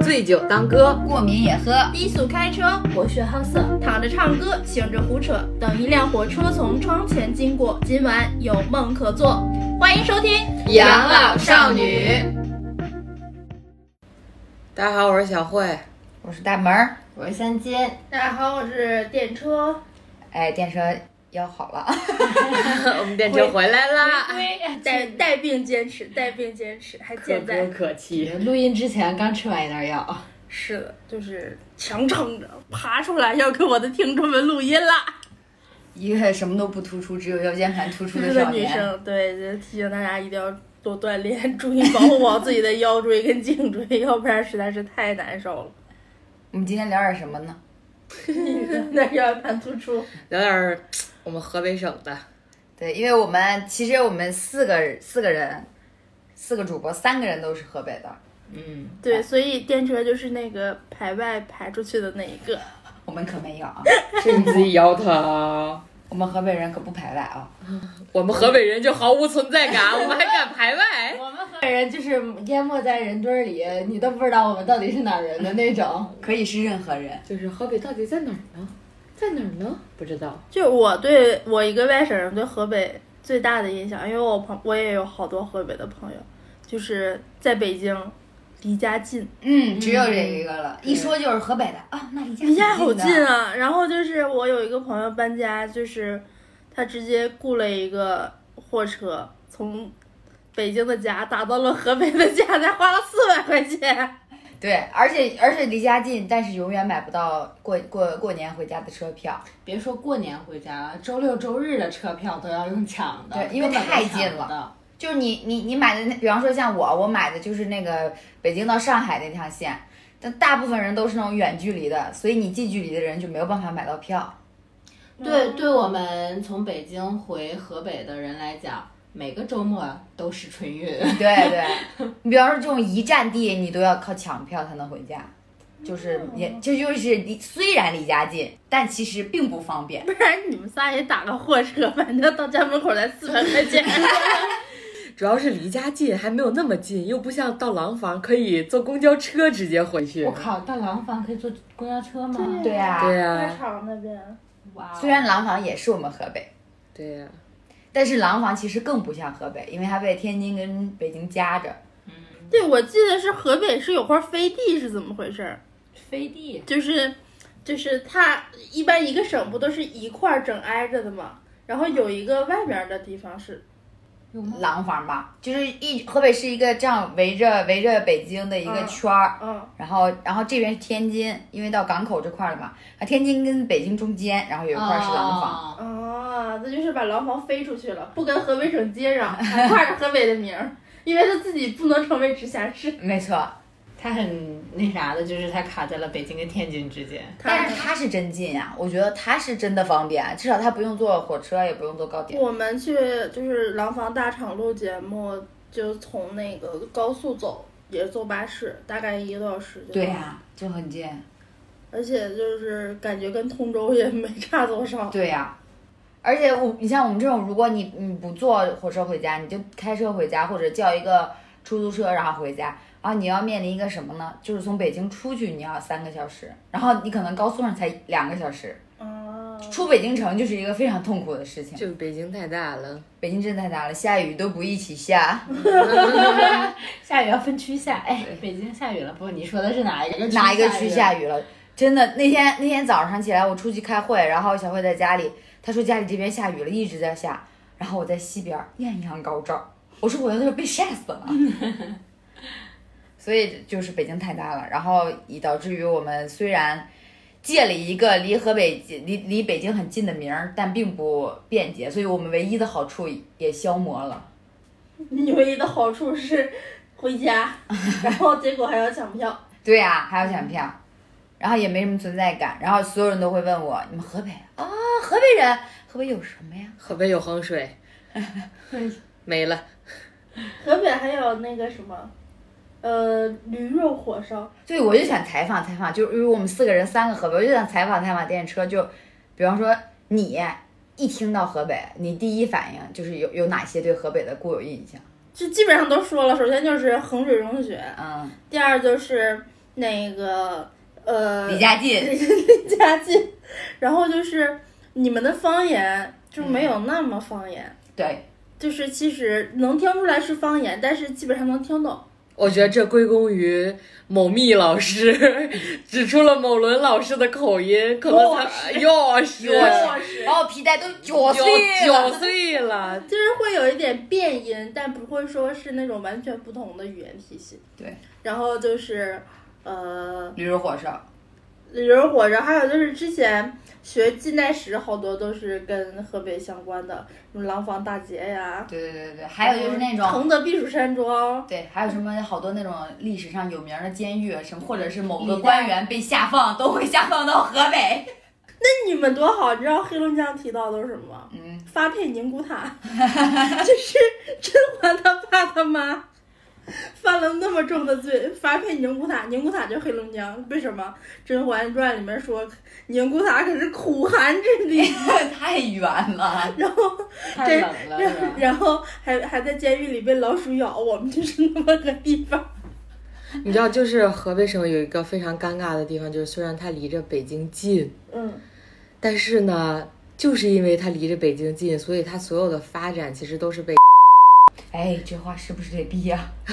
醉酒当歌，过敏也喝。低速开车，博学好色，躺着唱歌，醒着胡扯。等一辆火车从窗前经过，今晚有梦可做。欢迎收听《养老少女》。大家好，我是小慧。我是大门儿，我是三金，大家好，我是电车。哎，电车腰好了， 我们电车回来啦，带带病坚持，带病坚持，还可健歌在。可泣。录音之前刚吃完一袋药，是的，就是强撑着爬出来，要给我的听众们录音啦。一个什么都不突出，只有腰间盘突出 这的个少女年。生，对，就提醒大家一定要多锻炼，注意保护好自己的腰椎跟颈椎， 要不然实在是太难受了。我们今天聊点什么呢？ 那要盘突出，聊点儿嗯我们河北省的，对，因为我们其实我们四个四个人，四个主播，三个人都是河北的。嗯，对，所以电车就是那个排外排出去的那一个。我们可没有 啊，是你自己摇头。我们河北人可不排外啊。我们河北人就毫无存在 感，我们还敢排外？我们河北人就是淹没在人堆儿里，你都不知道我们到底是哪儿人的那种。可以是任何人，就是河北到底在哪儿呢？在哪儿呢？不知道。就我对我一个外省人对河北最大的印象，因为我朋我也有好多河北的朋友，就是在北京离家近，嗯，只有这一个了。一说就是河北的啊，那离家嗯离家好挺近的。啊。然后就是我有一个朋友搬家，就是他直接雇了一个货车，从北京的家打到了河北的家，才花了四百块 钱。对，而且而且离家近，但是永远买不到过过过年回家的车票。别说过年回家了，周六周日的车票都要用抢的，对因为根本就太抢近不了到。就是你你你买的那，比方说像我，我买的就是那个北京到上海那条线，但大部分人都是那种远距离的，所以你近距离的人就没有办法买到票。对，对我们从北京回河北的人来讲，每个周末都是春运。对 对，你比方说这种一站地，你都要靠抢票才能回家，就是也这就是离虽然离家近，但其实并不方便不。然你们仨也打个货车，反正到家门口才四百块 钱。主要是离家近，还没有那么近，又不像到廊坊可以坐公交车直接回去 我。靠，到廊坊可以坐公交车吗？对啊，对呀、场那边，哇哦，虽然廊坊也是我们河北，对呀、但是廊坊其实更不像河北，因为它被天津跟北京夹着。对我记得是河北是有块飞地，是怎么回事儿？飞地就是就是它一般一个省不都是一块儿整挨着的吗？然后有一个外边儿的地方是有吗？廊坊吧，就是一河北是一个这样围着围着北京的一个圈儿，嗯，然后然后这边是天津，因为到港口这块儿了嘛，啊天津跟北京中间，然后有一块儿是廊坊，哦啊，那就是把廊坊飞出去了，不跟河北省接 壤，还挂着河北的名儿，因为他自己不能成为直辖 市。没错，它很那啥的，就是它卡在了北京跟天津之间。但是它是真近呀、我觉得它是真的方便，啊至少它不用坐火车，也不用坐高铁。我们去就是廊坊大厂录节目，就从那个高速走，也是坐巴士，大概一个多小时就到。对呀、啊就很近。而且就是感觉跟通州也没差多少。对呀、而且我，你像我们这种，如果你你不坐火车回家，你就开车回家，或者叫一个出租车然后回家，然后你要面临一个什么呢？就是从北京出去你要三个小时，然后你可能高速上才两个小时，啊，出北京城就是一个非常痛苦的事情。就北京太大了，北京真的太大了，下雨都不一起下， 下雨要分区下，哎，北京下雨了，不，你说的是哪一个？哪一个区下雨？雨了？真的，那天那天早上起来我出去开会，然后小慧在家里，她说家里这边下雨了，一直在下，然后我在西边艳阳高照，我说我要是被晒死了。所以就是北京太大了，然后以导致于我们虽然借了一个离河北离离北京很近的名儿，但并不便捷，所以我们唯一的好处也消磨了。你唯一的好处是回 家，然后结果还要抢票。对呀、还要抢票，然后也没什么存在感，然后所有人都会问我，你们河北啊、河北人，河北有什么呀？河北有衡 水，没了。河北还有那个什么，呃，驴肉火烧。对，我就想采访采访，就是因为我们四个人三个河北，我就想采访采访电车，就比方说你一听到河北，你第一反应就是有有哪些对河北的固有印象？就基本上都说了，首先就是衡水中学，嗯，第二就是那个呃李佳进，离家近，然后就是你们的方言就没有那么方言，对，就是其实能听出来是方言，但是基本上能听懂。我觉得这归功于某密老师指出了某伦老师的口音，可能他钥匙就是把我皮带都绞九碎九了。岁了，就是会有一点变音，但不会说是那种完全不同的语言体系。对，然后就是呃，驴肉火烧，人火着，还有就是之前学近代史，好多都是跟河北相关的，什么廊坊大捷呀，呃对对对对对，还有就是那种承德避暑山庄，对，还有什么好多那种历史上有名的监狱，啊什么或者是某个官员被下放，都会下放到河北。那 你们多好！你知道黑龙江提到都是什么吗？嗯，发配宁古塔， 就是甄嬛他爸他妈 犯了那么重的罪，发配宁古塔，宁古塔就是黑龙江。为什么《甄嬛传》里面说宁古塔可是苦寒之地？太远了。然后太冷哎了，是吧？ 然后还还在监狱里被老鼠咬，我们就是那么个地方。你知道，就是河北省有一个非常尴尬的地方，就是虽然它离着北京近，嗯，但是呢，就是因为它离着北京近，所以它所有的发展其实都是被，哎，这话是不是得逼呀、啊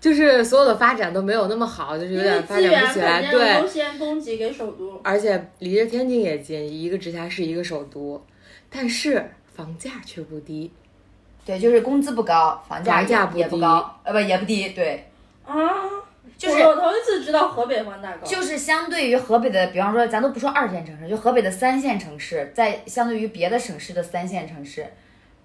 就是所有的发展都没有那么好，就是有因为点发资展源不起肯来。定对优，先供给给首都。而且离着天津也近，一个直辖市，一个首都，但是房价却不低。对，就是工资不高，房价房价也不也不低高，呃不也不低，对，啊，就是我头一次知道河北房价高，就是相对于河北的，比方说咱都不说二线城市，就河北的三线城市，在相对于别的省市的三线城市，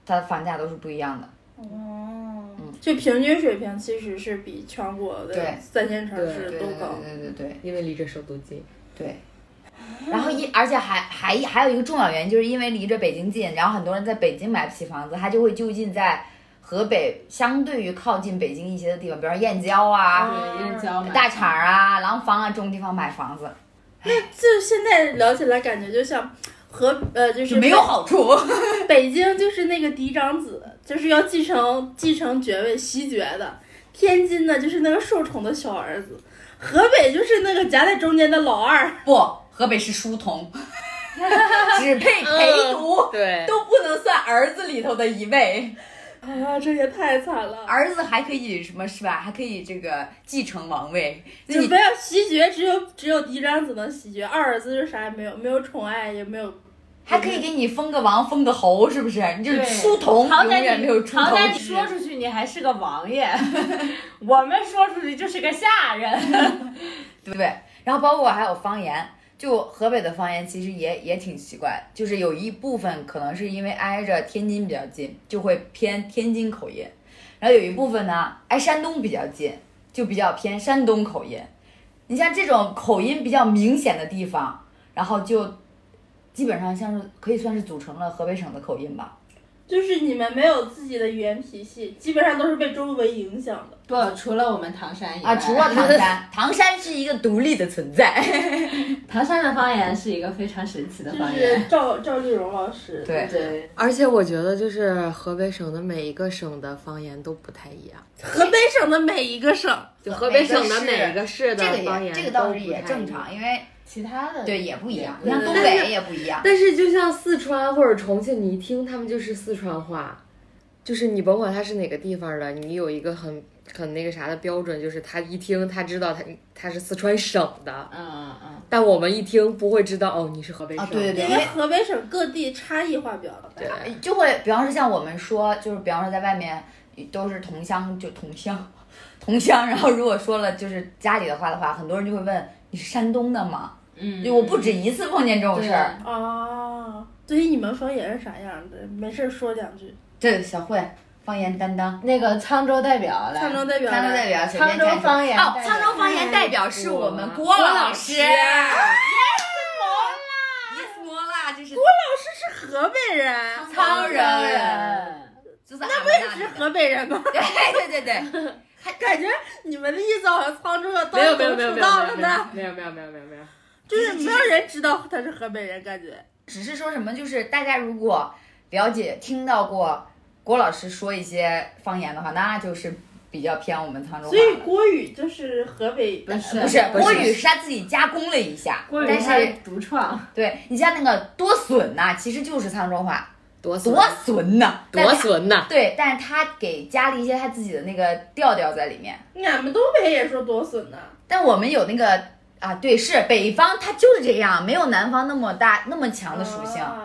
它的房价都是不一样的。哦，就平均水平其实是比全国对的三线城对市对都对高。对对对因为离着首都近，对。然后嗯一，而且还还还有一个重要原因，就是因为离着北京近，然后很多人在北京买不起房子，他就会就近在河北相对于靠近北京一些的地方，比方说燕郊啊、对，一人交满大厂啊、廊坊啊这种地方买房子，就现在聊起来，感觉就像河呃，就是就没有好处。北京就是那个嫡长子，就是要继承继承爵位袭爵的；天津呢，就是那个受宠的小儿子；河北就是那个夹在中间的老二。 不，河北是 书童，只配嗯陪读，对，都不能算儿子里头的一位。啊，这也太惨了！儿子还可以什么是吧？还可以这个继承王位。那就你没有袭爵，只有只有嫡长子能袭爵，二儿子就啥也没有，没有宠爱，也没有。还可以给你封个王，封个侯，是不是？你就是对书童，好永歹远你没有出好头歹你之说出去，你还是个王爷， 我们说出去就是个下人。对不对？然后包括还有方言，就河北的方言其实也也挺奇怪，就是有一部分可能是因为挨着天津比较近，就会偏天津口音，然后有一部分呢挨山东比较近，就比较偏山东口音。你像这种口音比较明显的地方，然后就基本上像是可以算是组成了河北省的口音吧。就是你们没有自己的语言体系，基本上都是被周围影响的。 不，除了我们唐山以外，啊，除了唐 山，唐山是一个独立的存在。 唐山的方言是一个非常神奇的就方是言，赵赵丽蓉老师，对对，而且我觉得就是河北省的每一个省的方言都不太一样，河北省的每一个省，就河北省的每一个市的这呃个方也言这个倒是都不太也正常，一样。因为其他的对也不一样，不你像东但是北也不一样。但是就像四川或者重庆，你一听他们就是四川话，就是你甭管他是哪个地方的，你有一个很很那个啥的标准，就是他一听他知道他他是四川省的，嗯嗯但我们一听不会知道哦，你是河北省啊的。，对对对，因为河北省各地差异化比较大。对就会，比方说像我们说，就是比方说在外面都是同乡，就同乡，同乡。然后如果说了就是家里的话的话，很多人就会问你是山东的吗？嗯，就我不止一次碰见这种事儿。啊，所以你们方言是啥样的？没事儿说两句。对，小慧方言担当，那个沧州代表来，沧州代表来，沧州代表，随便站沧州出来方言哦，代表沧州方言代表是我们郭老师。郭一摸啦，这是是河北人，沧州人，就是那不也是河北人吗？ 对对对对，感觉你们的意思好像沧州要没有当没有没有头出没道了有呢，没有没有没有没有没有， 就是没有人知道他是河北人，感觉。只是说什么，就是大家如果了解听到过。郭老师说一些方言的话，那就是比较偏我们沧州话所以了。郭宇就是河北的，不是不是不是郭宇是他自己加工了一下，郭宇但他是独创，对你像那个多笋呐、其实就是沧州话，多损多笋呐、但多是损呐！对，但是他给加了一些他自己的那个调调在里面。俺们东北也说多损呢。但我们有那个啊，对，是北方它就是这样，没有南方那么大那么强的属性。啊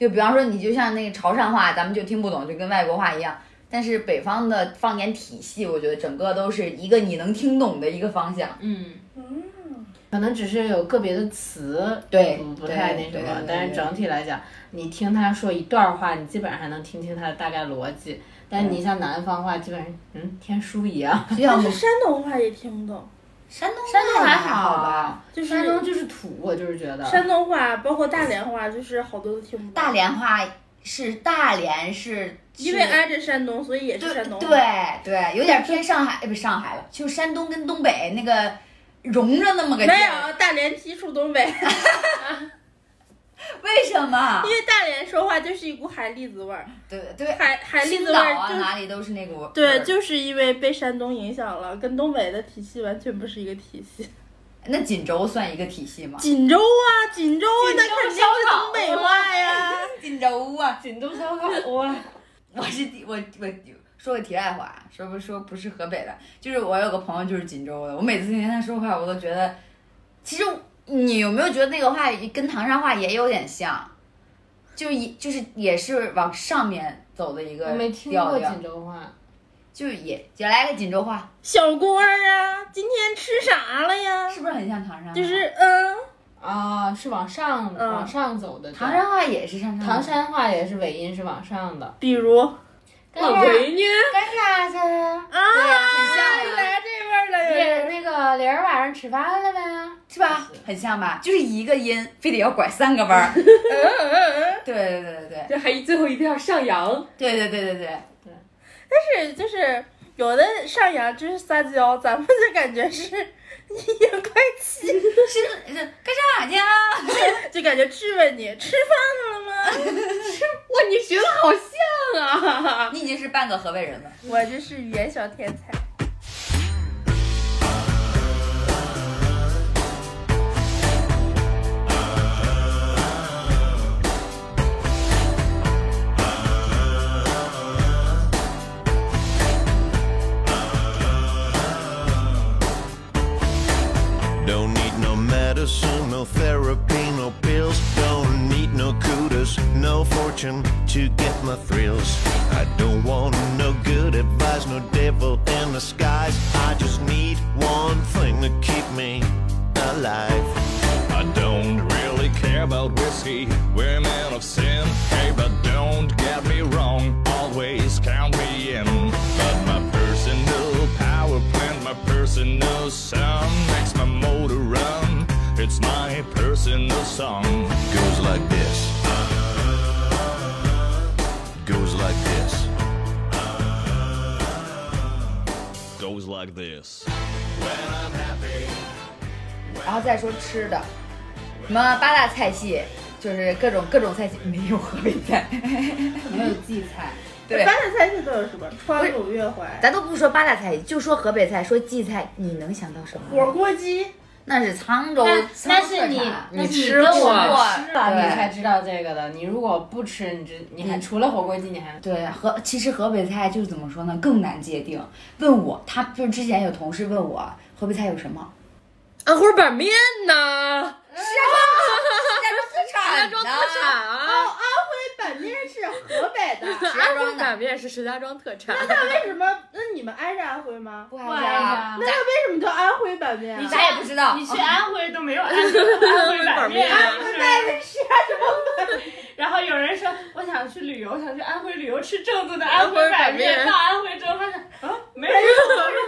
就比方说，你就像那个潮汕话，咱们就听不懂，就跟外国话一样。但是北方的方言体系，我觉得整个都是一个你能听懂的一个方向。嗯，嗯，可能只是有个别的词对不不对太那什对么对，但是对整体来讲，你听他说一段话，你基本上还能听清他的大概逻辑。但你像南方话，基本上嗯天书一样。就像但我是们山东话也听不懂，山东山东还还好好吧？就是 山东就是土，我就是觉得山东话，包括大连话，就是好多都听不懂。大，连话是大连是，因是为挨着山东，所以也是对山东话。对对，有点偏上海，哎不是上海了，就山东跟东北那个融着那么个劲儿。没有大连踢出 东北，因为什么？为大连说话就是一股海蛎子味儿，对对，海海蛎青子味岛儿啊就哪里都是那股味儿。对，就是因为被山东影响了，跟东北的体系完全不是一个体系。啊那锦州算一个体系吗？锦州啊，锦州锦州那肯定烧是烤东北话呀。锦州啊，锦州烧烤，哇， 我是第我我说个题外话，说不说不是河北的，就是我有个朋友就是锦州的，我每次听他说话，我都觉得，其实你有没有觉得那个话跟唐山话也有点像，就一就是也是往上面走的一个我没听调过调锦，州话。就也也来个锦州话，小锅儿啊，今天吃啥了呀？是不是很像唐山话？就是嗯，啊，是往上、嗯往上走的。嗯唐山话也是上山唐山话也是尾音是往上的。比如干哎啥呢？干啥对呀、很像啊，去？呀，来这味儿了，有那点那个玲儿晚上吃饭了呗？是吧？很像吧？ 就是一个音，非得要拐三个弯儿。对对对对对。这还最后一定要上扬，对对对对对，是就是有的上扬就是撒娇，咱们就感觉是一言快 气，是是干啥去啊？就感觉质问你吃饭了吗？哇，你学的好像啊！你已经是半个河北人了。我这是语言小天才。 Don't need no medicine, no therapy, no pills. Don't need no kudos, no fortune to get my thrills. I don't want no good advice, no devil in the skies. I just need one thing to keep me alive. I don't really care about whiskey, women of sin. Hey, but don't get me wrong, always count me in. But my personal power plant, my personal sound makes my motor run. It's my personal song. Goes like this. Goes like this. Goes like this. 然后再说吃的，什么八大菜系，就是各种各种菜系，没有河北 菜。没有荠菜，对八，大菜系都有什么？川鲁粤淮、咱都不说八大菜系，就说河北菜，说荠菜，你能想到什么？火锅鸡，那是沧州，那那沧州是你特产，那你是吃跟过我们吃吃了，对你才知道这个的。你如果不吃，你知你还嗯除了火锅鸡，你还对河，其实河北菜就是怎么说呢，更难界定。问我，他就是之前有同事问我，河北菜有什么？安徽啊板面呢？石石家家庄庄特特产产呢？哦啊！板面是河北的。 石家安庄徽啊的板面是石家庄特产。那为什么？那你们挨着安徽吗？不不挨挨着啊，着那它为什么叫安徽板面啊？咱 咱也不知道。你去安徽都没有安安徽板面，啊安是然后有人说我想去旅游，想去安徽旅游吃正宗的安徽板安徽板面到安徽之后发现啊，没有河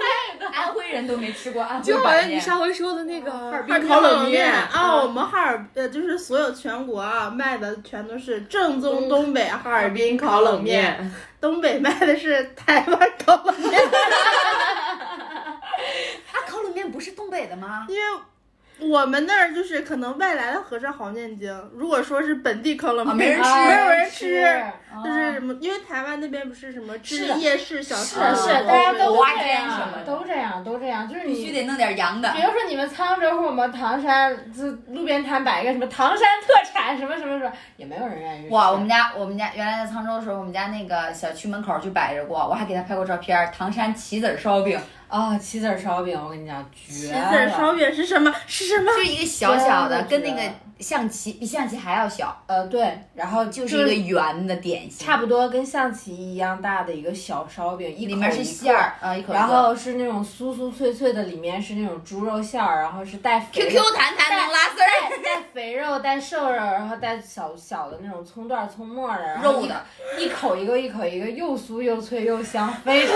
北的。安徽人都没吃过安徽就好板像面你。上回说的那个哈哈尔烤冷哦嗯啊，我们哈尔呃，就是所有全国啊卖的全都是正宗东北哈尔滨烤冷面，，东北卖的是台湾烤冷面， 啊，烤冷面不是东北的吗？因为我们那儿就是可能外来的和尚好念经，如果说是本地坑了，啊没人吃没有人吃，啊就是什么，因为台湾那边不是什么吃是的夜市小吃，啊是是，啊大家都蚵是仔这煎什么的样，都这样，都这样，就是必须你。得弄点洋的比。如说你们沧州或者我们唐山，就路边摊摆一个什么唐山特产什么什么什么，也没有人愿意去吃。哇，我们家我们家原来在沧州的时候，我们家那个小区门口就摆着过，我还给他拍过照片儿。唐山棋子烧饼，啊，棋子儿烧饼，我跟你讲，棋绝子了烧饼是什么？是什么？就是一个小小 的，真跟那的个象棋比象棋还要小，呃，对，然后就就是一个圆的点心，差不多跟象棋一样大的一个小烧饼，一口里面一是个馅儿，啊，一口一口。然后是那种酥酥脆脆的，里面是那种猪肉馅儿，然后是带肥 QQ 肉弹弹能拉丝儿，带带肥肉、带瘦肉，然后带小小的那种葱段儿、葱末儿的，然后肉一的，一口一个，一口一个，又酥又脆又 香，非常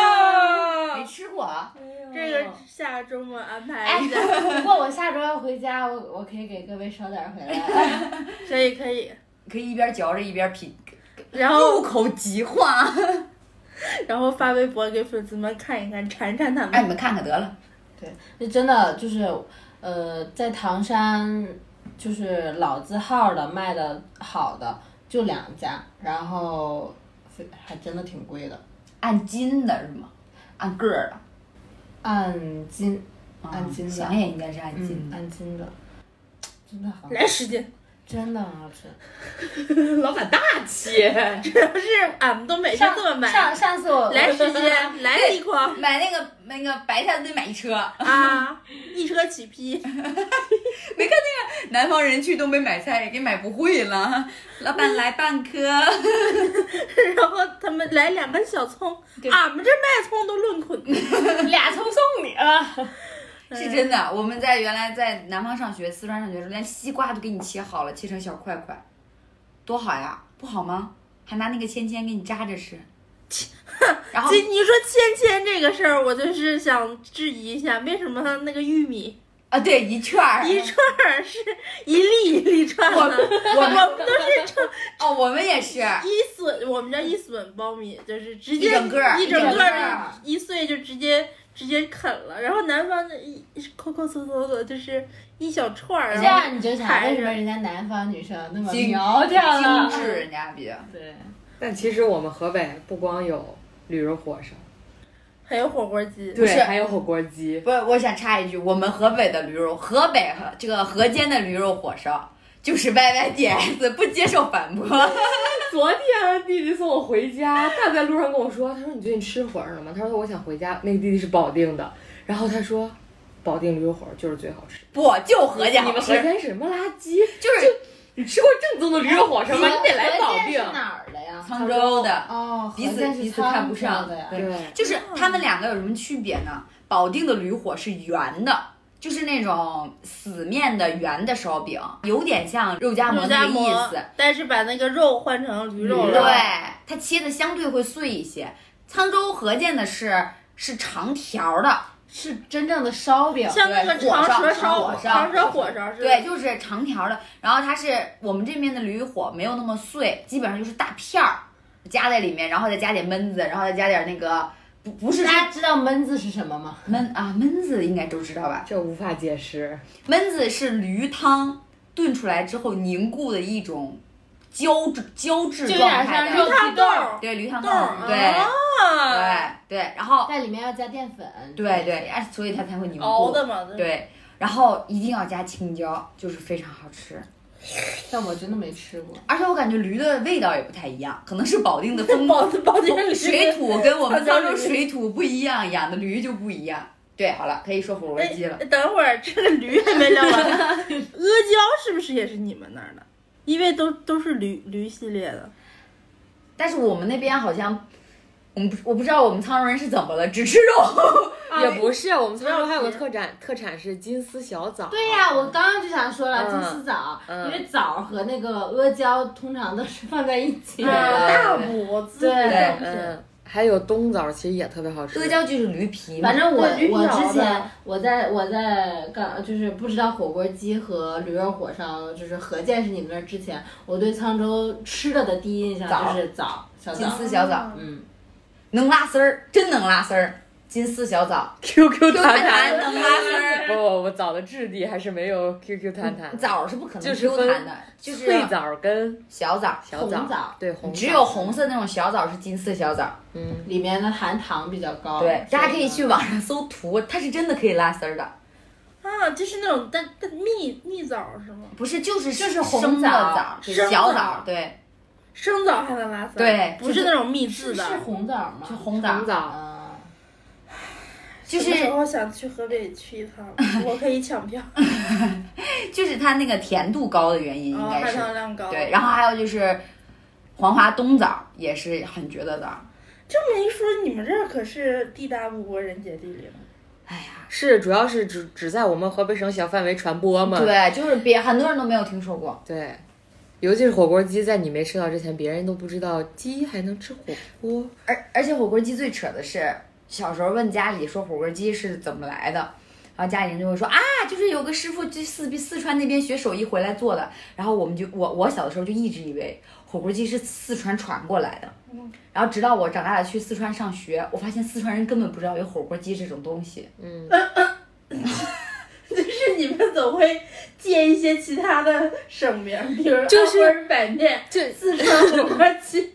好没吃过啊。这个下周末安排哎一下，，不过我下周要回家，我我可以给各位捎点儿回来。可以可以。可以一边嚼着一边品，然入后口即化。然后发微博给粉丝们看一看，馋馋他哎，们。你们看看得了，就真的就是，呃，在唐山就是老字号的卖的好的就两家，然后非还真的挺贵的，按斤的是吗？按个儿的，按斤啊按斤的想也应该是按斤嗯的。按斤的，真的好，来十斤，真的好吃。老板大气，主要是俺们东北是上这么买，上上次我 来我十斤，来一筐嗯买那个那个白菜都得买一车， 啊，一车起批。南方人去东北买菜给买不会了。 老板来半 颗，然后他们来两根小葱，俺们这卖葱都论捆。俩葱送你了，是真的。我们在原来在南方上学，四川上学的时候，连西瓜都给你切好了，切成小块块，多好呀！不好吗？还拿那个签签给你扎着吃。 然后这你说芊芊这个事儿，我就是想质疑一下，为什么那个玉米啊，对，一圈儿，一串儿是一粒一粒串我的？我们我们都是哦，我们 也是，一笋，我们叫一笋苞米，就是直一接整个儿一整一整个个儿儿一碎就直接直接啃了。然后南方的一一抠抠搜搜的，就是一小串儿，这然后样你就想为什么人家南方女生那么精苗条精呢？致，人家比较。对，但其实我们河北不光有驴肉火烧，还有火锅鸡。不是还有火锅鸡。不是，我想插一句，我们河北的驴肉，河北和这个河间的驴肉火烧，就是 Y Y D S，不接受反驳。昨天啊弟弟送我回家，他在路上跟我说，他说你最近吃火烧了吗？他说我想回家。那个弟弟是保定的，然后他说，保定驴肉火烧就是最好吃。不，就河间你好们吃河，间什么垃圾？就是你吃过正宗的驴肉火烧吗？你得来保河间定。是哪儿的呀？沧州的，哦，彼河此间是彼此看不沧上州的呀。对，就是他们两个有什么区别呢？保定的驴火是圆的。就是那种死面的圆的烧饼，有点像肉夹馍肉那夹个意馍思。，但是把那个肉换成驴肉嗯了。对，它切的相对会碎一些。沧州河间的是是长条儿的，是真正的烧饼，像那个长舌烧火烧长舌火烧是吧对，就是长条的。然后它是我们这边的驴火没有那么碎，基本上就是大片儿夹在里面，然后再加点焖子，然后再加点那个不不是大说家知道焖子是什么吗？焖啊焖子应该都知道吧？这无法解释。焖子是驴汤炖出来之后凝固的一种胶质胶质就有状点态像的，肉皮豆豆儿儿，对驴汤豆豆儿儿，对啊，对对，然后但里面要加淀粉。对对，哎，所以它才会凝熬固，的嘛，对，然后一定要加青椒，就是非常好吃。但我真的没吃过。而且我感觉驴的味道也不太一样，可能是保定的风保 保定驴水土跟我们沧沧州州驴水土不一样，养的驴就不一样。对，好了，可以说火锅鸡了。哎等会儿 这个驴还没聊完， 阿胶是不是也是你们那儿的？因为都都是驴驴系列的，但是我们那边好像，我们不我不知道我们沧州人是怎么了，只吃肉。也不是，我们沧州还啊有个特产，特产是金丝小枣。对呀、我刚刚就想说了，嗯金丝枣，嗯因为枣和那个阿胶通常都是放在一对起的。大补滋补对嗯，还有冬枣，其实也特别好吃。 阿胶就是驴皮嘛，反正我对驴我枣之前的我在我在干就是不知道火锅鸡和驴肉火烧就是合建是你们那儿之前，我对沧州吃的的第一印象枣就是枣小金枣，丝小枣嗯，能拉丝儿，真能拉丝儿。金丝小 枣、 QQ 弹弹弹弹。能拉丝不，我枣的质地还是没有 QQ 弹儿，弹，枣是不可嗯能就是丢分弹的，就是脆枣跟小枣，小枣，红枣对红枣，只有红色那种小枣是金丝小枣。嗯，里面的含糖比较高。对，大家可以所去网上搜图，它是真的可以拉丝儿的，啊，就是那种但但蜜蜜枣是吗？不是就是就是红生的枣枣，对生小枣对，生枣还能拉丝儿，对不是那种蜜制是的。是红枣吗？就红枣红。枣，啊，就什么 时是候想去河北去一趟， 我可以抢票，就是它那个甜度高的原因，然应后该含是糖量高。对。然后还有就是黄花冬枣也是很绝的枣。这么一说，你们这儿可是地大物博，人杰地灵。哎呀，是主要是只只在我们河北省小范围传播嘛，对，就是别很多人都没有听说过。对，尤其是火锅鸡，在你没吃到之前，别人都不知道鸡还能吃火锅。而而且火锅鸡最扯的是，小时候问家里说火锅鸡是怎么来的，然后家里人就会说啊，就是有个师傅就四四川那边学手艺回来做的。然后我们就我我小的时候就一直以为火锅鸡是四川传过来的，然后直到我长大了去四川上学，我发现四川人根本不知道有火锅鸡这种东西。 就是你们总会借一些其他的省名，比如就是安徽百面、这四川火锅 鸡。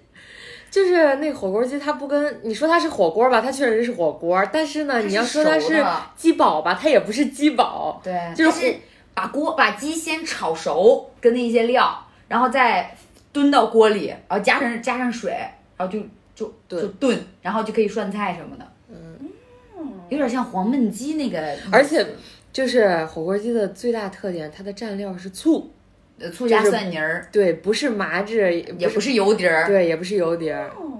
就是那火锅鸡，它不跟你说它是火锅吧，它确实是火锅，但是呢，是你要说它熟是的鸡煲吧，它也不是鸡煲。对，就是它是把锅把鸡先炒熟，跟那些料，然后再炖到锅里，然后加上加上水，然后就就炖就炖，然后就可以涮菜什么的。嗯，有点像黄焖鸡那个，而且就是火锅鸡的最大特点，它的蘸料是醋，呃醋加就是蒜泥儿，对，不是麻汁，也不也不是油碟儿。对，也不是油碟儿。哦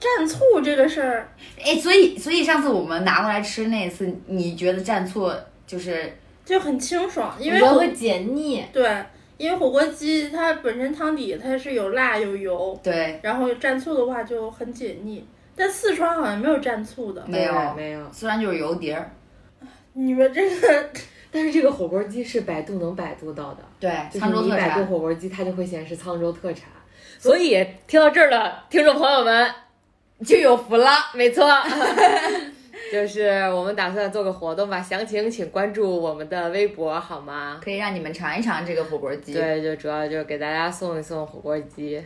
蘸醋这个事儿，哎，所以所以上次我们拿过来吃那次，你觉得蘸醋就是就很清爽，因因为为火会解腻。对，因为火锅鸡它本身汤底它是有辣有油，对然后蘸醋的话就很解腻。但四川好像没有蘸醋的，没有对没有，虽然就是油碟儿，你们这 个但是这个火锅鸡是百度能百度到的，对就是沧州你特百度产。火锅鸡，它就会显示沧州特产。所以听到这儿的听众朋友们就有福了，没 错。就是我们打算做个活动吧，详情请关注我们的微博好吗？可以让你们尝一尝这个火锅鸡，对，就主要就是给大家送一送火锅鸡，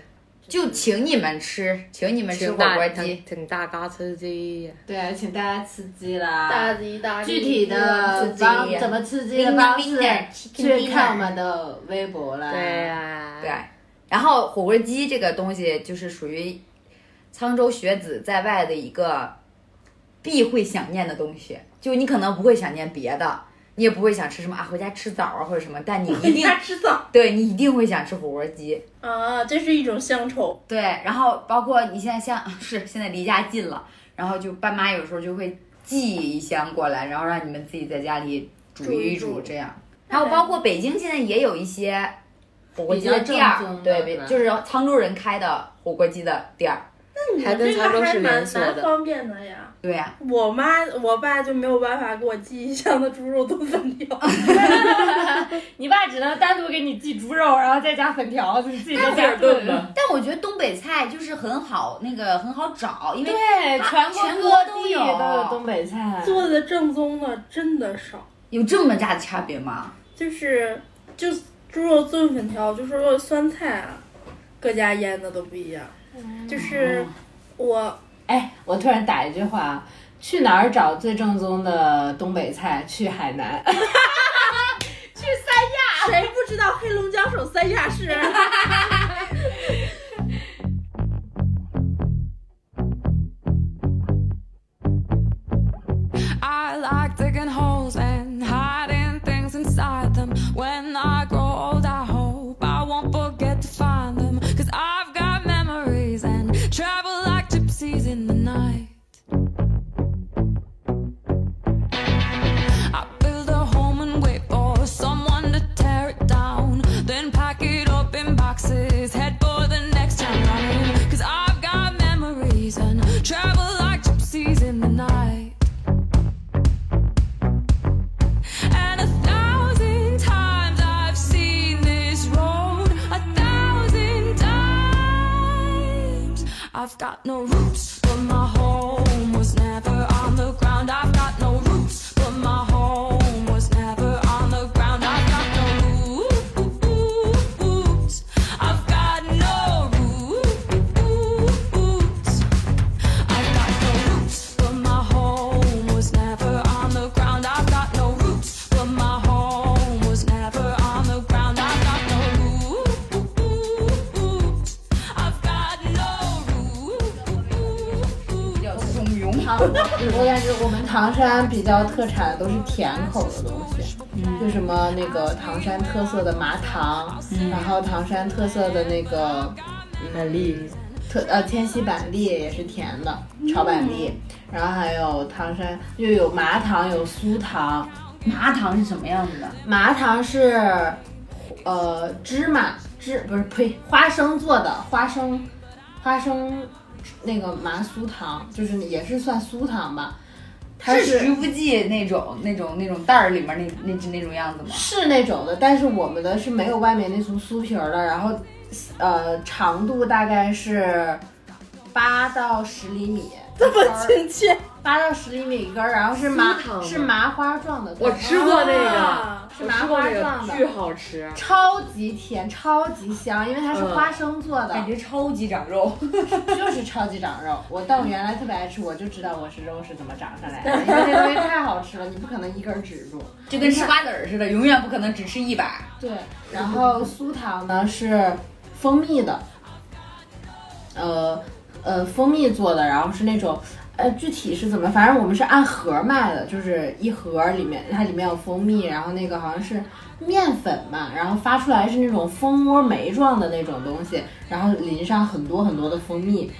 就请你们吃，请你们吃挺火大锅鸡挺。挺大嘎吃鸡。对，请大家吃鸡啦。吉大具体的刺激方怎么刺激的方式，去看我们的微博啦。啊对啊呀、对，然后火锅鸡这个东西就是属于沧州学子在外的一个必会想念的东西，就你可能不会想念别的，你也不会想吃什么啊，回家吃枣啊或者什么，但你一你 定家吃枣对你一定会想吃火锅鸡。啊，这是一种乡愁。对，然后包括你现在像 是现在离家近了，然后就爸妈有时候就会寄一箱过来，然后让你们自己在家里煮煮一一煮煮这样。然后包括北京现在也有一些火锅比鸡较的嗯正店儿宗，的对，比是吧就是沧州人开的火锅鸡的店儿，还跟这个沧州还是连蛮锁蛮的。方便的呀。对呀、我妈我爸就没有办法给我寄一箱的猪肉炖粉条，你爸只能单独给你寄猪肉，然后再加粉条子，你自己在家炖吧。但我觉得东北菜就是很好，那个很好找，因为对，啊全国全国各都地有都有东北菜。做的正宗的真的少，有这么大的差别吗？就是就猪肉炖粉条，就说酸菜啊，各家腌的都不一样，就是我哎，我突然打一句话啊，去哪儿找最正宗的东北菜？去海南。谁不知道黑龙江省三亚市？啊 I like digging holes and hiding things inside them. When I grow old, I hope I won't forget to find them. Cause I've got memories and travel like gypsies in the night. I build a home and wait for someone to tear it down. Then pack it up in boxes, head for the next town running. Cause I've got memories and travel like gypsies in the night. And a thousand times I've seen this road. A thousand times. I've got no roots, but my home was never on the ground. 我感觉我们唐山比较特产的都是甜口的东西，就什么那个唐山特色的麻糖，然后唐山特色的那个板栗，特呃天西板栗也是甜的，炒板栗，然后还有唐山又有麻糖有酥糖，麻糖是什么样子的？麻糖是呃芝麻芝不是呸花生做的花生花生那个麻酥糖，就是也是算酥糖吧。它是是徐福记那种那种那种袋儿里面那那那种样子吗？是那种的，但是我们的是没有外面那层酥皮儿的，然后，呃，长度大概是八到十厘米，这么亲切八到十厘米一根儿，然后是麻酥糖吗是麻花状的，对我吃过那个， 啊！是我麻嗯吃过花那状个，巨的，好吃。啊 超级甜，超级香，因为它是嗯花生做的，感觉超级长肉，就是超级长肉。我但我原来特别爱吃，我就知道我是肉是怎么长 上来的，因为那东西太好吃了，你不可能一根儿止住。 就跟吃瓜子儿似的，永远不可能只吃一把。对，然后酥糖呢是蜂蜜的，呃呃，蜂蜜做的，然后是那种。呃，具体是怎么？反正我们是按盒卖的，就是一盒里面它里面有蜂蜜，然后那个好像是面粉嘛，然后发出来是那种蜂窝煤状的那种东西，然后淋上很多很多的蜂蜜，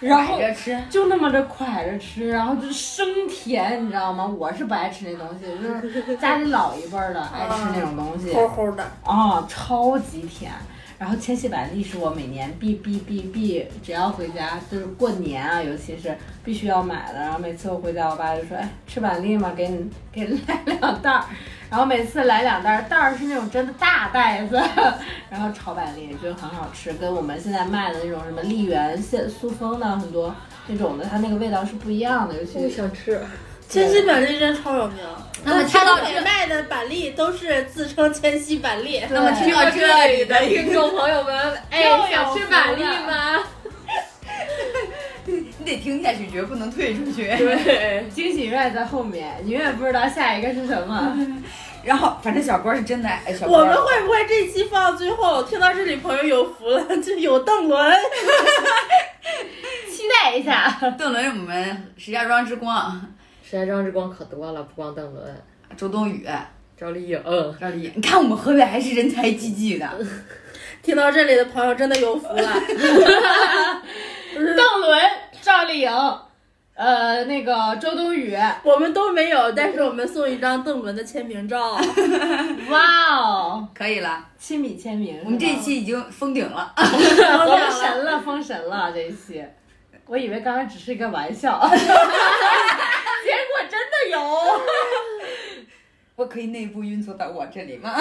然后着吃，就那么着蒯着吃，然后就是生甜，你知道吗？我是不爱吃那东西，就是家里老一辈儿的爱吃那种 东西，齁齁的，啊、超级甜。然后千禧板栗是我每年必必必必，只要回家就是过年啊，尤其是必须要买的。然后每次我回家，我爸就说：“哎，吃板栗吗？给你给你 来两袋儿。”然后每次来两袋儿，袋儿是那种真的大袋子。然后炒板栗就很好吃，跟我们现在卖的那种什么栗园、现塑封的很多那种的，它那个味道是不一样的。尤其我是想吃，千禧板栗真超有名。那么听听到北这，卖的板栗都是自称千禧板栗，那么听到这里的听众朋友们， 哎，想吃板栗吗？ 你得听下去，绝不能退出去。对，惊喜永远在后面，你永远不知道下一个是什 么。 然后，反正小郭是真的爱小郭。我们会不会这期放到最后？听到这里，朋友有福了，就有邓伦。期待一下 邓伦，我们石家庄之光，石家庄之光可多了，不光邓伦、周冬雨，赵丽颖，嗯赵丽颖。你看我们河北还是人才济济的，听到这里的朋友真的有福了。邓伦、赵丽颖，呃，那个周冬雨，我们都没有，但是我们送一张邓伦的签名照。哇哦， 可以了。嗯亲笔签名。啊我们这一期已经封顶 了。封神了，封神了这一期。我以为刚刚只是一个玩笑， 结果真的有。我可以内部运作到我这里吗？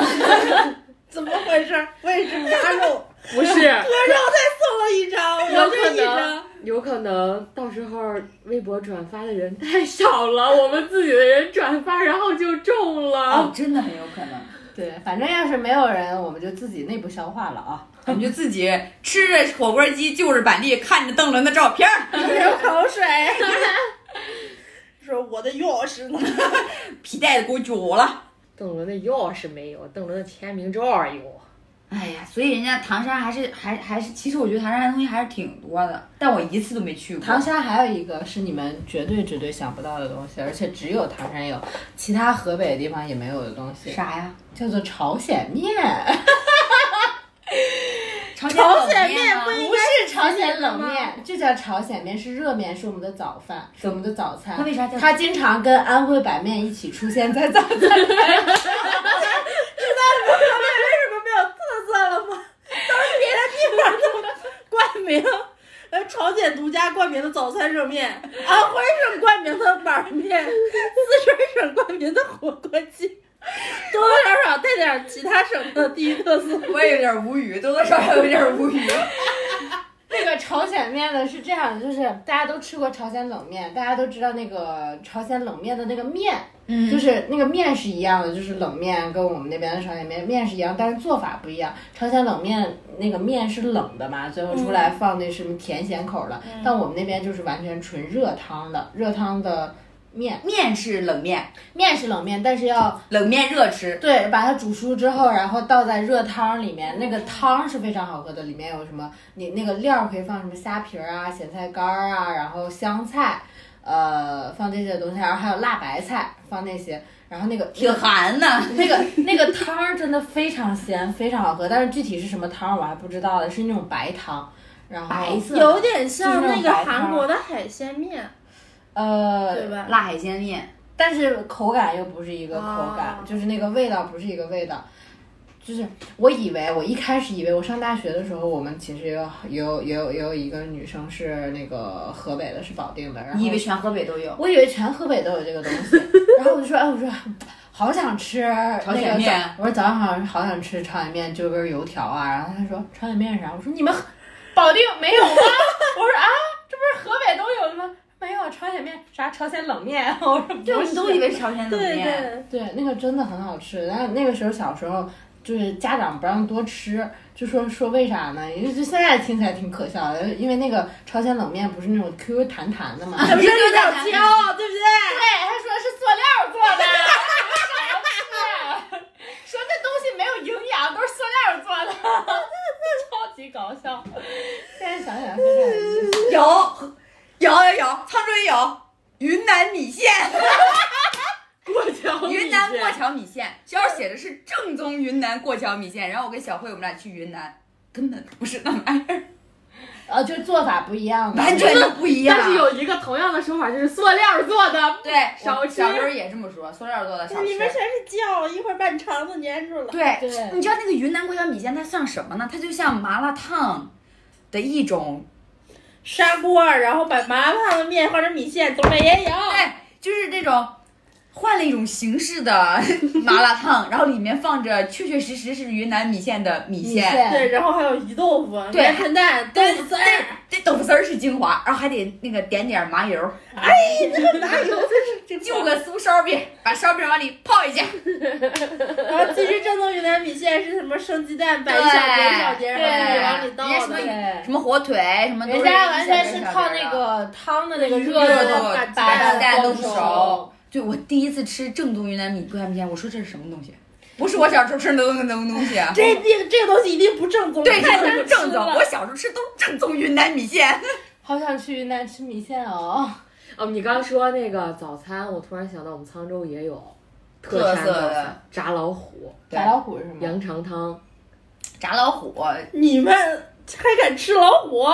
怎么回事？我也是鸭肉，不是，鹅肉再送了一张，有我这可一能张。，有可能到时候微博转发的人太少了，我们自己的人转发，然后就中哦了。， 真的很有可能。对，反正要是没有人，我们就自己内部消化了啊。我们就自己吃着火锅鸡，就是板栗，看着邓伦的照片 儿，流口水。说我的钥匙呢？皮带子给我揪了。邓伦的钥匙没有，邓伦的签名照有。哎呀，所以人家唐山还是还还是，其实我觉得唐山的东西还是挺多的，但我一次都没去过。唐山还有一个是你们绝对绝对想不到的东西，而且只有唐山有，其他河北地方也没有的东西，啥呀？叫做朝鲜面。朝朝鲜鲜面吗不应不是朝鲜冷面，这叫朝鲜面，是热面，是我们的早饭，是我们的早餐。那为啥叫它经常跟安徽白面一起出现在早餐？ 为什么没有特色了吗？当时别的地方都冠名，呃，朝鲜独家冠名的早餐热面，安徽省冠名的板面，四川省冠名的火锅鸡，多多少少带点其他省的地域特色。我也有点无语，多多少少有点无语。那个朝鲜面呢是这样的，就是大家都吃过朝鲜冷面，大家都知道那个朝鲜冷面的那个面，嗯就就是是那个面是一样的，就是冷面跟我们那边的朝鲜面面是一样，但是做法不一样。朝鲜冷面那个面是冷的嘛，最后出来放那什么甜咸口的，但我们那边就是完全纯热汤的，热汤的面。面是冷面，面是冷面，但是要冷面热吃。对把它煮熟之后，然后倒在热汤里面，那个汤是非常好喝的，里面有什么你那个料儿可以放什么虾皮儿啊、咸菜干儿啊，然后香菜。呃，放这些东西，然后还有辣白菜，放那些，然后那个挺寒的，那个那个汤儿真的非常鲜，非常好喝，但是具体是什么汤儿我还不知道的，是那种白汤，然后白色有点像就是那那种个白汤韩国的海鲜面，对呃，吧？辣海鲜面，但是口感又不是一个口感，啊哦就是那个味道不是一个味道。就是我以为，我一开始以为我上大学的时候，我们其实也有也有也有也有一个女生是那个河北的，是保定的，然后你以为全河北都有？我以为全河北都有这个东 西，然后我就说，哎，我说好想吃朝那鲜个面早，我说早上好像好想吃朝鲜面，就根油条啊。然后他说朝鲜面是啥？我说你们保定没 有吗？我说啊，这不是河北都有的吗？没有朝鲜面，啥朝鲜冷面？我说对，我们不是都以为是朝鲜冷对面。对，对，那个真的很好吃。但是那个时候小时候，就是家长不让多吃，就说说为啥呢？因为就现在听起来挺可笑的，因为那个朝鲜冷面不是那种 QQ 弹弹的嘛。啊哎是不是有点挑，对不对？对，他说是塑料做 的，我说啥呀说这东西没有营养，都是塑料 做的，超级搞笑。现在想想非常有意思。有有有有，沧州也有云南米线，过桥云南过桥米线，学校写的是正宗云南过桥米线。然后我跟小慧我们俩去云南，根本不是那玩意儿，呃，就是做法不一样的，完全就不一样。但是有一个同样的说法，就是塑料做的。对，少我吃小时候也这么说，塑料做的少吃里。面全是酱，一会儿把你肠子粘住了。对，对你知道那个云南过桥米线它像什么呢？它就像麻辣烫的一种砂锅，然后把麻辣烫的面换成米线，东北也有。对，就是这种换了一种形式的 麻辣烫，然后里面放着确确实实是云南米线的米米线。对，然后还有鱼豆腐、对鹌鹑蛋、豆对腐丝对儿。，这豆腐丝儿是精华，然后还得那个点点麻油，哎哪有这是就个酥烧饼，把烧饼往里泡一下。然后其实正宗云南米线是什么生鸡蛋摆一小节一小节，对然后自己往里倒人家的。对什么火腿，什么都是人家完全一是小碟儿嗯靠那一小碟儿的。个汤的那个对热对度对把把把鸡蛋弄弄熟。对，我第一次吃正宗云南米过桥米线，我说这是什么东西？不是我小时候吃的东东东西啊。这这这个东西一定不正宗，对，看看这着就是正吃宗，了我小时候吃都是正宗云南米线。 好想去云南吃米线哦。哦，你刚说那个早餐，我突然想到我们沧州也有特特产色早的餐炸老虎、对白老虎是吗？羊肠汤。炸老虎，你们还敢吃老虎？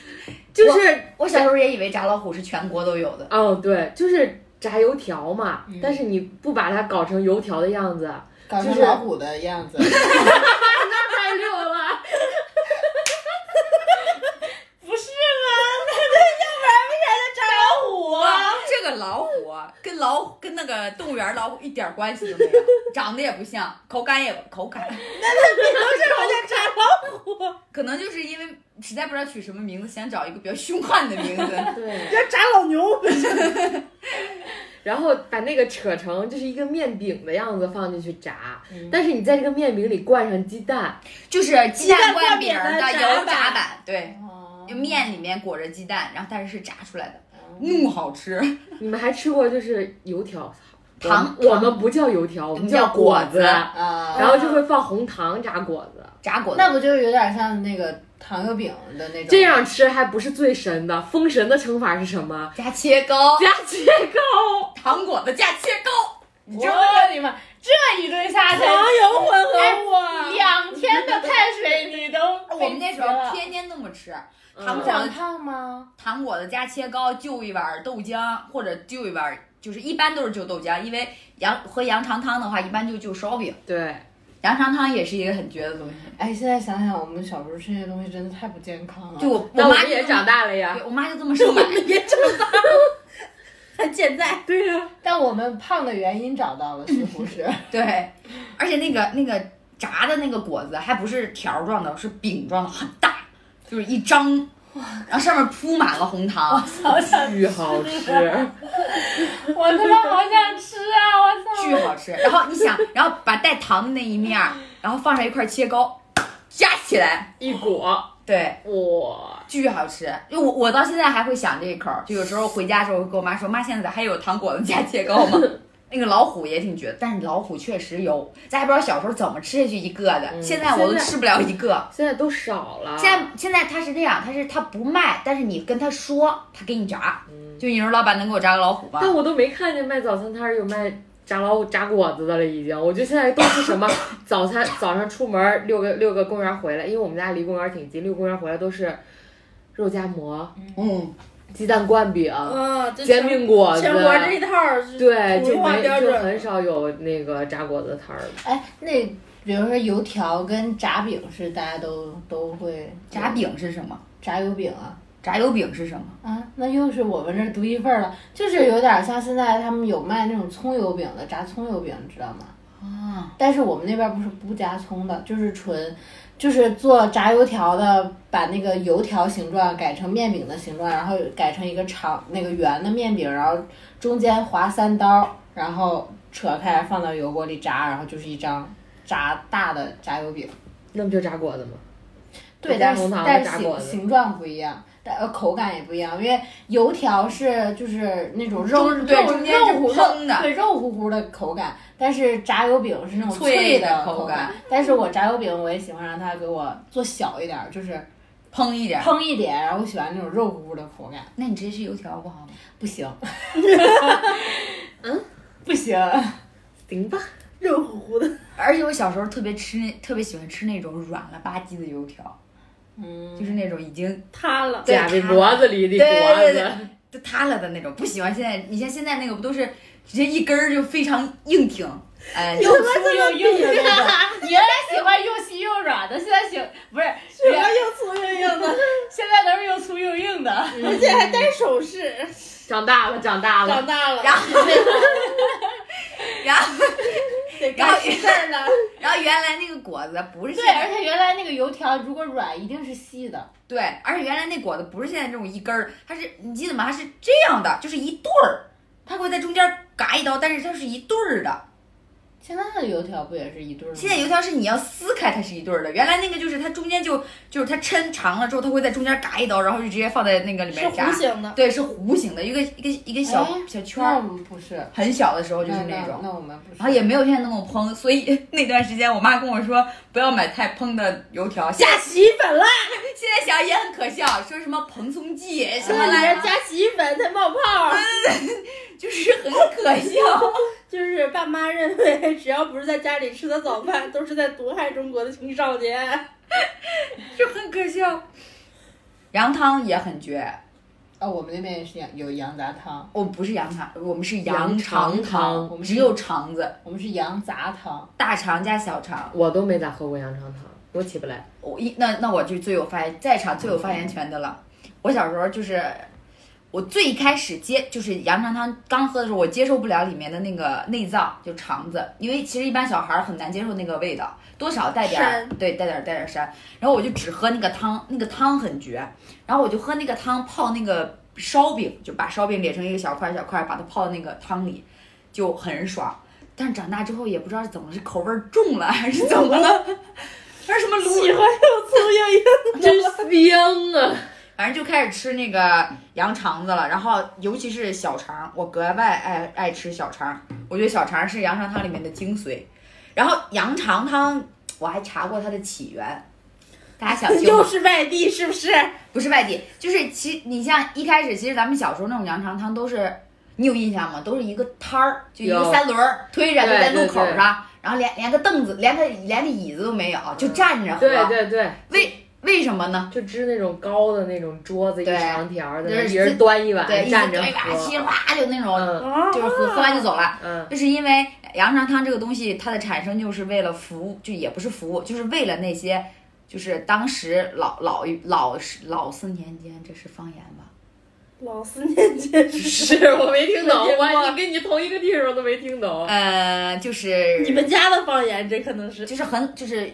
就是我小时候也以为炸老虎是全国都有的。哦，对，就是炸油条嘛，但是你不把它搞成油条的样 子，搞就成是老虎的样 子。太溜了。不是吗？那要 不然为啥叫炸老虎啊？这个老虎啊跟老虎跟那个动物园老虎一点关系都没有，长得也不像， 口感也口感， 那为什么叫炸老虎？可能就是因为实在不知道取什么名字，想找一个比较凶悍的名 字。对，叫炸老牛。然后把那个扯成就是一个面饼的样子放进去炸，但是你在这个面饼里灌上鸡蛋，就是鸡蛋灌饼鸡蛋的灌饼的油炸炸版，对，哦就面里面裹着鸡蛋，然后但是是炸出来的，怒好吃，你们还吃过就是油条？糖我们不叫油条，我们叫果果子啊，然后就会放红糖炸果子，炸果子那不就是有点像那个糖油饼的那种？这样吃还不是最神的。封神的惩罚是什么？加切糕，加切糕。 糖果子加切糕，我的你妈，这一顿下去，糖油混合物哎啊，两天的碳水你都我们那时候天天那么吃，糖果长子胖吗？糖果子加切糕，就一碗豆浆或者就一碗，就是一般都是就豆浆，因为羊和羊肠汤的话，一般就就烧饼。对，羊肠汤也是一个很绝的东西。哎，现在想想，我们小时候吃这些东西真的太不健康了。就我哦那我我妈们也就这么长，大了呀。对我妈就这 么说买。看现在对呀，但我们胖的原因找到了，似乎是对，而且那个那个炸的那个果子还不是条状的，是饼状的，很大，就是一张，然后上面铺满了红糖， 巨好吃。我他妈好想吃啊！我操！巨好吃。然后你想，然后把带糖的那一面儿，然后放上一块切糕，夹起来，一裹，对。哇，巨好吃，因为我我到现在还会想这一口儿，就有时候回家的时候会跟我妈说，妈现在还有糖果子加切糕吗？ 那个老虎也挺绝，但是老虎确实油，咱还不知道小时候怎么吃下去一个的，现在我都现在吃不了一个。现在都少了。嗯现在啊现在它是这样，它是它不卖，但是你跟他说，他给你炸。就你说老板能给我炸个老虎吗？但我都没看见卖早餐摊儿有卖炸老虎、炸果子的了，已经。我觉得现在都是什么早餐，早上出门儿遛个遛个公园儿回来，因为我们家离公园儿挺近，遛公园儿回来都是肉夹馍、嗯，鸡蛋灌饼、嗯，这煎饼果子全。国这一套儿是对，统一就化没标就准很少有那个炸果子摊儿了。哎，那比如说油条跟炸饼是大家都都会炸饼是什么？炸油饼啊炸油饼是什么？啊，那又是我们这儿独一份儿了，就是有点像现在他们有卖那种葱油饼的，炸葱油饼，你知道吗？啊，但是我们那边不是不加葱的，就是纯，就是做炸油条的，把那个油条形状改成面饼的形状，然后改成一个长那个圆的面饼，然后中间划三刀，然后扯开放到油锅里炸，然后就是一张炸大的炸油饼。那不就炸果子吗？对，不加但红是糖但炸是果形子形状不一样，但呃口感也不一样，因为油条是就是那种肉中肉对中间是肉乎蓬的对肉乎乎的口感，但是炸油饼是那种脆脆的口口感。但是我炸油饼我也喜欢让它给我做小一点儿，就是烹一点儿。烹一点，然后我喜欢那种肉乎乎的口感，那你直接吃油条不好吗？不行，嗯，嗯 不行，行吧，肉乎乎的，而且我小时候特别吃那，特别喜欢吃那种软了吧唧的油条，嗯， 就是那种已经塌了。对夹在它脖子里的对对啊果对对子，就塌了的那种，不喜欢现在。你像现在那个不都是直接一根儿就非常硬挺，哎，又粗又硬啊的那种。你原来喜欢又细又软的，现在喜不是什么又粗又硬的，现在都是又粗又硬的。嗯而且还戴首饰。长大了，长大长了，大了，然后然后 得干事儿了。 然后原来那个果子不是现对，在而且原来那个油条如果软，一定是细的。对，而且原来那果子不是现在这种一根儿，它是你记得吗？它是这样的，就是一对儿，它会在中间嘎一刀，但是它是一对儿的。现在的油条不也是一嗯对儿吗？现在油条是你要撕开，它是一对儿的。原来那个就是它中间就就是它抻长了之后，它会在中间嘎一刀，然后就直接放在那个里是面弧炸。形的，对，是弧形的，一个一个一个小、哎小圈那我儿。们不是，很小的时候就是那种那，我们不是，然后也没有现在那么蓬，所以 那段时间我妈跟我说不要买太蓬的油 条，下洗衣粉啦。现在想也很可笑，说什么蓬松剂什么来啊着，加洗衣粉才冒泡。嗯就是很可笑。 就是爸妈认为，只要不是在家里吃的早饭，都是在毒害中国的青少年。就很可笑。羊汤也很绝，哦，我们那边也是羊有羊杂汤，我不是羊汤，我们是羊肠肠汤嗯我们只有肠子，我们是羊杂 汤。大肠加小肠。我都没咋喝过羊肠汤，我起不来。我一那那我就最有发言在场最有发言嗯权的了。我小时候就是，我最一开始接就是羊肠汤刚喝的时候，我接受不了里面的那个内脏，就肠子，因为其实一般小孩儿很难接受那个味道，多少带点儿膻对带点儿带点儿膻。然后我就只喝那个汤，那个汤很绝。然后我就喝那个汤泡那个烧饼，就把烧饼裂成一个小块儿小块儿，把它泡到那个汤里，就很爽。但是长大之后也不知道是怎么是口味儿重了还是怎么了， 还是什么卤喜欢又粗又硬，真香啊！反正就开始吃那个羊肠子了，然后尤其是小肠，我格外爱爱吃小肠，我觉得小肠是羊肠汤里面的精髓。然后羊肠汤我还查过它的起源，大家想听又 吗？是外地是不是？不是外地，就是其你像一开始，其实咱们小时候那种羊肠汤都是，你有印象吗？都是一个摊儿，就一个有三轮儿推着就对在路对口对上，然后连连个凳子，连个连个椅子都没有，就站着 喝。对对对，为为什么呢？就支那种高的那种桌子，一对长条儿的，就是一人端一碗，对，一站直着对吧？稀里喝。哗就那种，嗯啊就是喝喝完就走了。嗯，就是因为羊肠汤这个东西，它的产生就是为了服务，就也不是服务，就是为了那些，就是当时老老一老是老四年间，这是方言吧？老四年级 是我没听 懂，我你跟你同一个地方都没听 懂。呃，就是你们家的方言，这可能是就是很就是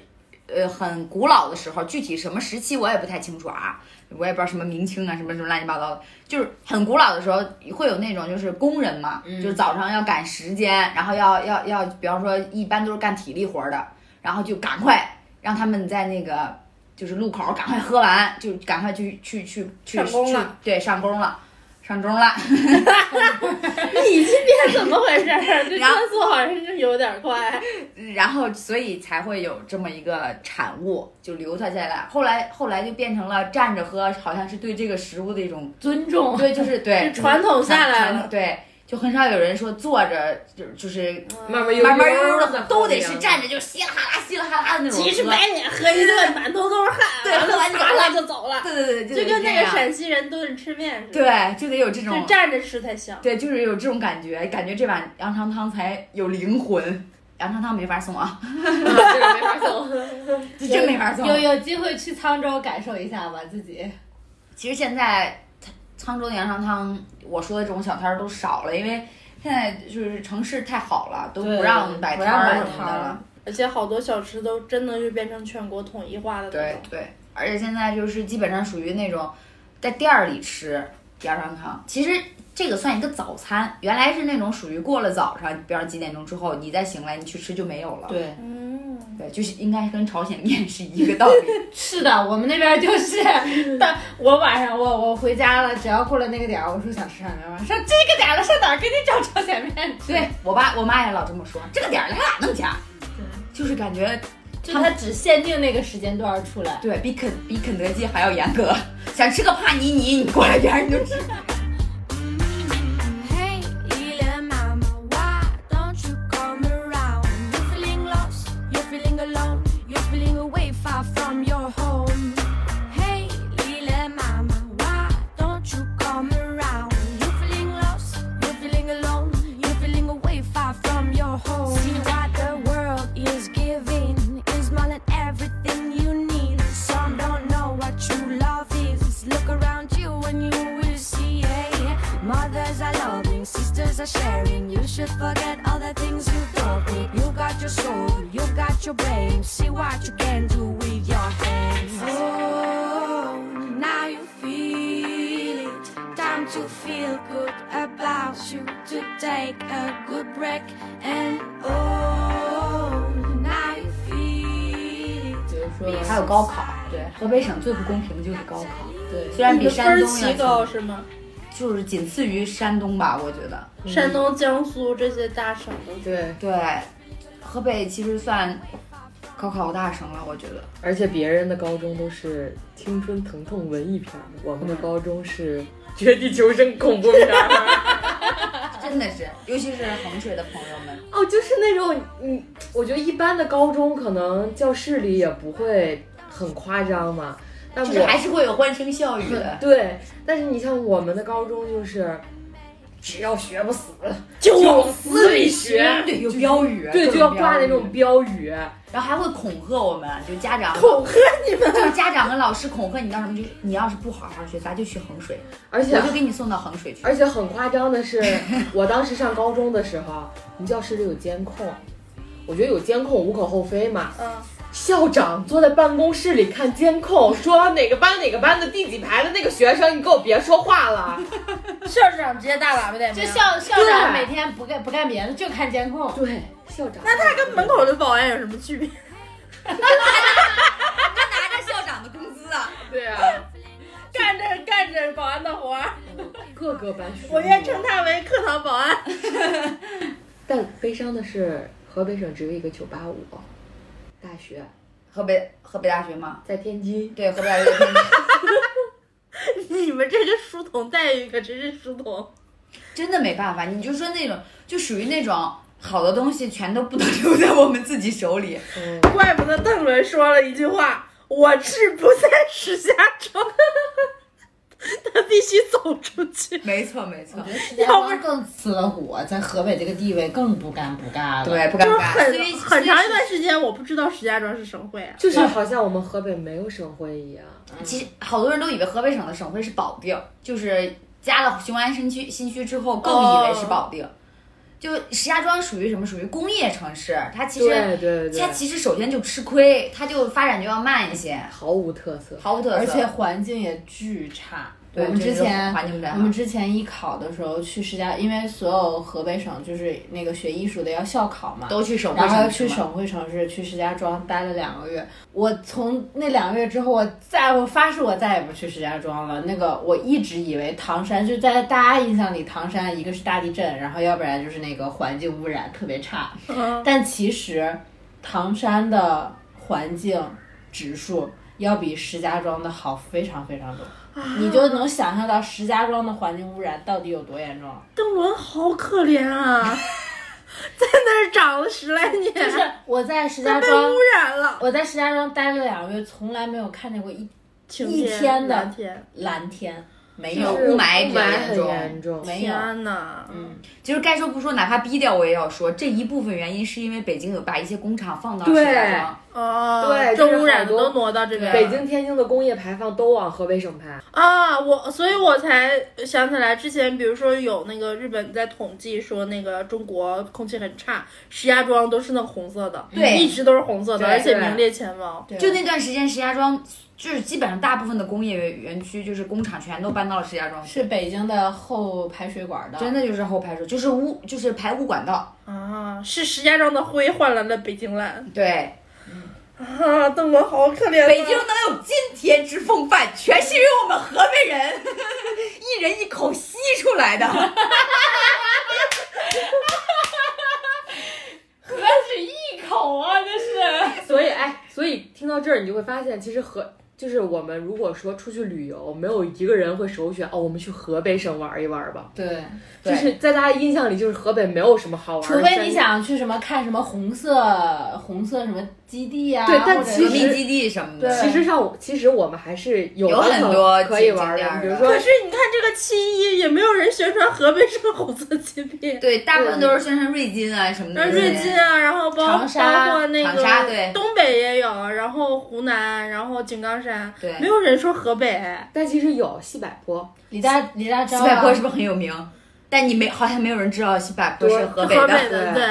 呃很古老的时候，具体什么时期我也不太清楚啊，我也不知道什么明清啊，什么什么乱七八糟的，就是很古老的时候会有那种就是工人嘛，嗯就是早上要赶时间，然后要要要，比方说一般都是干体力活的，然后就赶快让他们在那个就是路口赶快喝完，就赶快去去去去上工去了对，上工了。上钟了，你这边怎么回事儿？这然后转速好像是有点快。然后所以才会有这么一个产物就流传下来。后来后来就变成了站着喝，好像是对这个食物的一种尊重，对， 就是对哎传统下来了传统对，就很少有人说坐着就就是慢哎嗯慢悠慢慢悠悠悠地的，喝都得是站着，就稀里哈啦稀里哈啦的那种喝。急赤白脸喝一顿，满头都是汗，对完 喝完了就砸走了了就走了，对对对，就就跟那个谁，陕西人都是吃面似的，对，就得有这种就，站着吃才香。对，就是有这种感觉，感觉这碗羊肠汤才有灵魂。羊肠汤没法送啊，这个没法送。这真没法送。有有机会去沧州感受一下吧，自己。其实现在沧州的羊肠汤，我说的这种小摊儿都少了，因为现在就是城市太好了，都对不对让对摆不摊让儿啊摆什么摊的儿啊了。而且好多小吃都真的就变成全国统一化的那对种。对，而且现在就是基本上属于那种在店儿里吃羊肠汤，其实这个算一个早餐，原来是那种属于过了早上，比方几点钟之后你再醒来你去吃就没有了。对，嗯，对，就是应该跟朝鲜面是一个道理。 是的，我们那边 就是，但我晚上我我回家了，只要过了那个点儿，我说想吃上面吗？说这个点儿了，上哪儿给你找朝鲜面吃？对我爸我妈也老这么说，这个点儿来哪弄去啊？就是感觉就他只限定那个时间段儿出来。对比肯比肯德基还要严格，想吃个帕尼尼，你过来边儿你就吃。 Hey, little mama, why don't you come around? You're feeling lost, you're feeling alone, you're feeling away far from your home. Hey, little mama, why don't you come around? You're feeling lost, you're feeling alone, you're feeling away far from your home. See what the world is giving is more than everything you need. Some don't know what true love is. Look around you and you will see. Hey, mothers are loving, sisters are sharing. You should forget all the things you don't need. You got your soul, you got your brain. See what you can do with your hands. Oh, now you feel it. Time to feel good about you. To take a good break and oh, now you feel it. 比如说，还有高考，啊对河北省最不公平的就是高考，对，虽然你比的分山儿东要奇强高是吗？就是仅次于山东吧，我觉得。山东、江苏这些大省都 对，对，河北其实算高考大省了，我觉得。而且别人的高中都是青春疼痛文艺片儿，我们的高中是绝地求生恐怖片儿。真的是，尤其是衡水的朋友们， 哦，就是那种，嗯，我觉得一般的高中可能教室里也不会很夸张嘛，但就是我还是会有欢声笑语的。对，但是你像我们的高中就是，只要学不死，就往死里学，对，有标语，对，各就要标挂那种语，标语，然后还会恐吓我们，就家长，恐吓你们。就是家长跟老师恐吓你，到什么就是你要是不好好学，咱就去衡水，而我且就给你送到衡水去。而且很夸张的 是，我当时上高中的时候，我们教室里有监控，我觉得有监控无可厚非嘛。嗯，校长坐在办公室里看监控，说哪个班哪个班的第几排的那个学生，你给我别说话了。校长直接大喇叭啊点啊就名。校校对长每天不干不干别的，就看监控。对，校长那他跟门口的保安有什么区别？拿着校长的工资啊，对啊， 干着干着保安的活儿，各个班学我愿称他为课堂保安。但悲伤的是，河北省只有一个985大学，河北河北大学吗？在天津。对，河北大学 天津。你们这个书童待遇可真是书童。真的没办法，你就说那种就属于那种好的东西全都不能留在我们自己手里， 怪不得邓伦说了一句话：“我志不在石家庄。” 他必须走出去。没错没错我觉，得 石家庄更呲了火，在河北这个地位更不干不尬了。对，不尴就是尬，很所以很长一段时间，我不知道石家庄是省会啊。就是好像我们河北没有省会一样，其实好多人都以为河北省的省会是保定，就是加了雄安新区新区之后，更以为是保定。就石家庄属于什么？属于工业城市，它其对实对对它，其实首先就吃亏，它就发展就要慢一些，毫无特色。毫无特色。而且环境也巨差，对我们这之是前环境不太我好们。之前艺考的时候去石家，因为所有河北省就是那个学艺术的要校考嘛，都去省会然后要城市去嘛省会城市去石家庄待了两个月。我从那两个月之后，我再我发誓我再也不去石家庄了。那个我一直以为唐山就在大家印象里，唐山一个是大地震，然后要不然就是那个环境污染特别差，嗯但其实唐山的环境指数要比石家庄的好非常非常多。啊你就能想象到石家庄的环境污染到底有多 严重了。邓伦好可怜啊，在那儿长了十来年，就是我在石家被庄污，染了。我在石家庄待了两个月，从来没有看见过一晴一天天的蓝天，蓝天，没就有，是雾霾比雾较霾严很重严重，没有。天呐，嗯，其实该说不说，哪怕逼掉我也要说，这一部分原因是因为北京有把一些工厂放到石家对庄，哦，对就是这污染的好多都挪到这边了。北京、天津的工业排放都往河北省排，啊，我所以我才想起来，之前比如说有那个日本在统计说那个中国空气很差，石家庄都是那个红色的，对一直都是红色对的，而且对名列前茅。对就那段时间石家庄就是基本上大部分的工业园区就是工厂全都搬到了石家庄去，是北京的后排水管的，真的就是后排水，就是污就是排污管道，啊，是石家庄的灰换来了北京蓝 对。啊，邓伦好可怜啊。北京能有今天之风范，全是因为我们河北人 一人一口吸出来的。何止一口啊，这是。所以哎，所以听到这儿，你就会发现，其实河就是我们如果说出去旅游，没有一个人会首选哦，我们去河北省玩一玩吧。对，就对是在大家印象里，就是河北没有什么好玩除的山，非你想去什么看什么红色红色什么基地啊，对但或者其革实命基地什么的，其实上我，其实我们还是有有的很可多可以景玩点儿的，比如的说可是你看这个七一也没有人宣传河北省红色疾病，对，大部分都是宣传瑞金啊什么的。然后瑞金啊，然后包长沙包括那长沙对个东北也有，然后湖南，然后井冈山，对没有人说河北。哎但其实有西柏坡，李大李大钊西啊，柏坡是不是很有名？但你没好像没有人知道西柏坡是河北河的。的，对，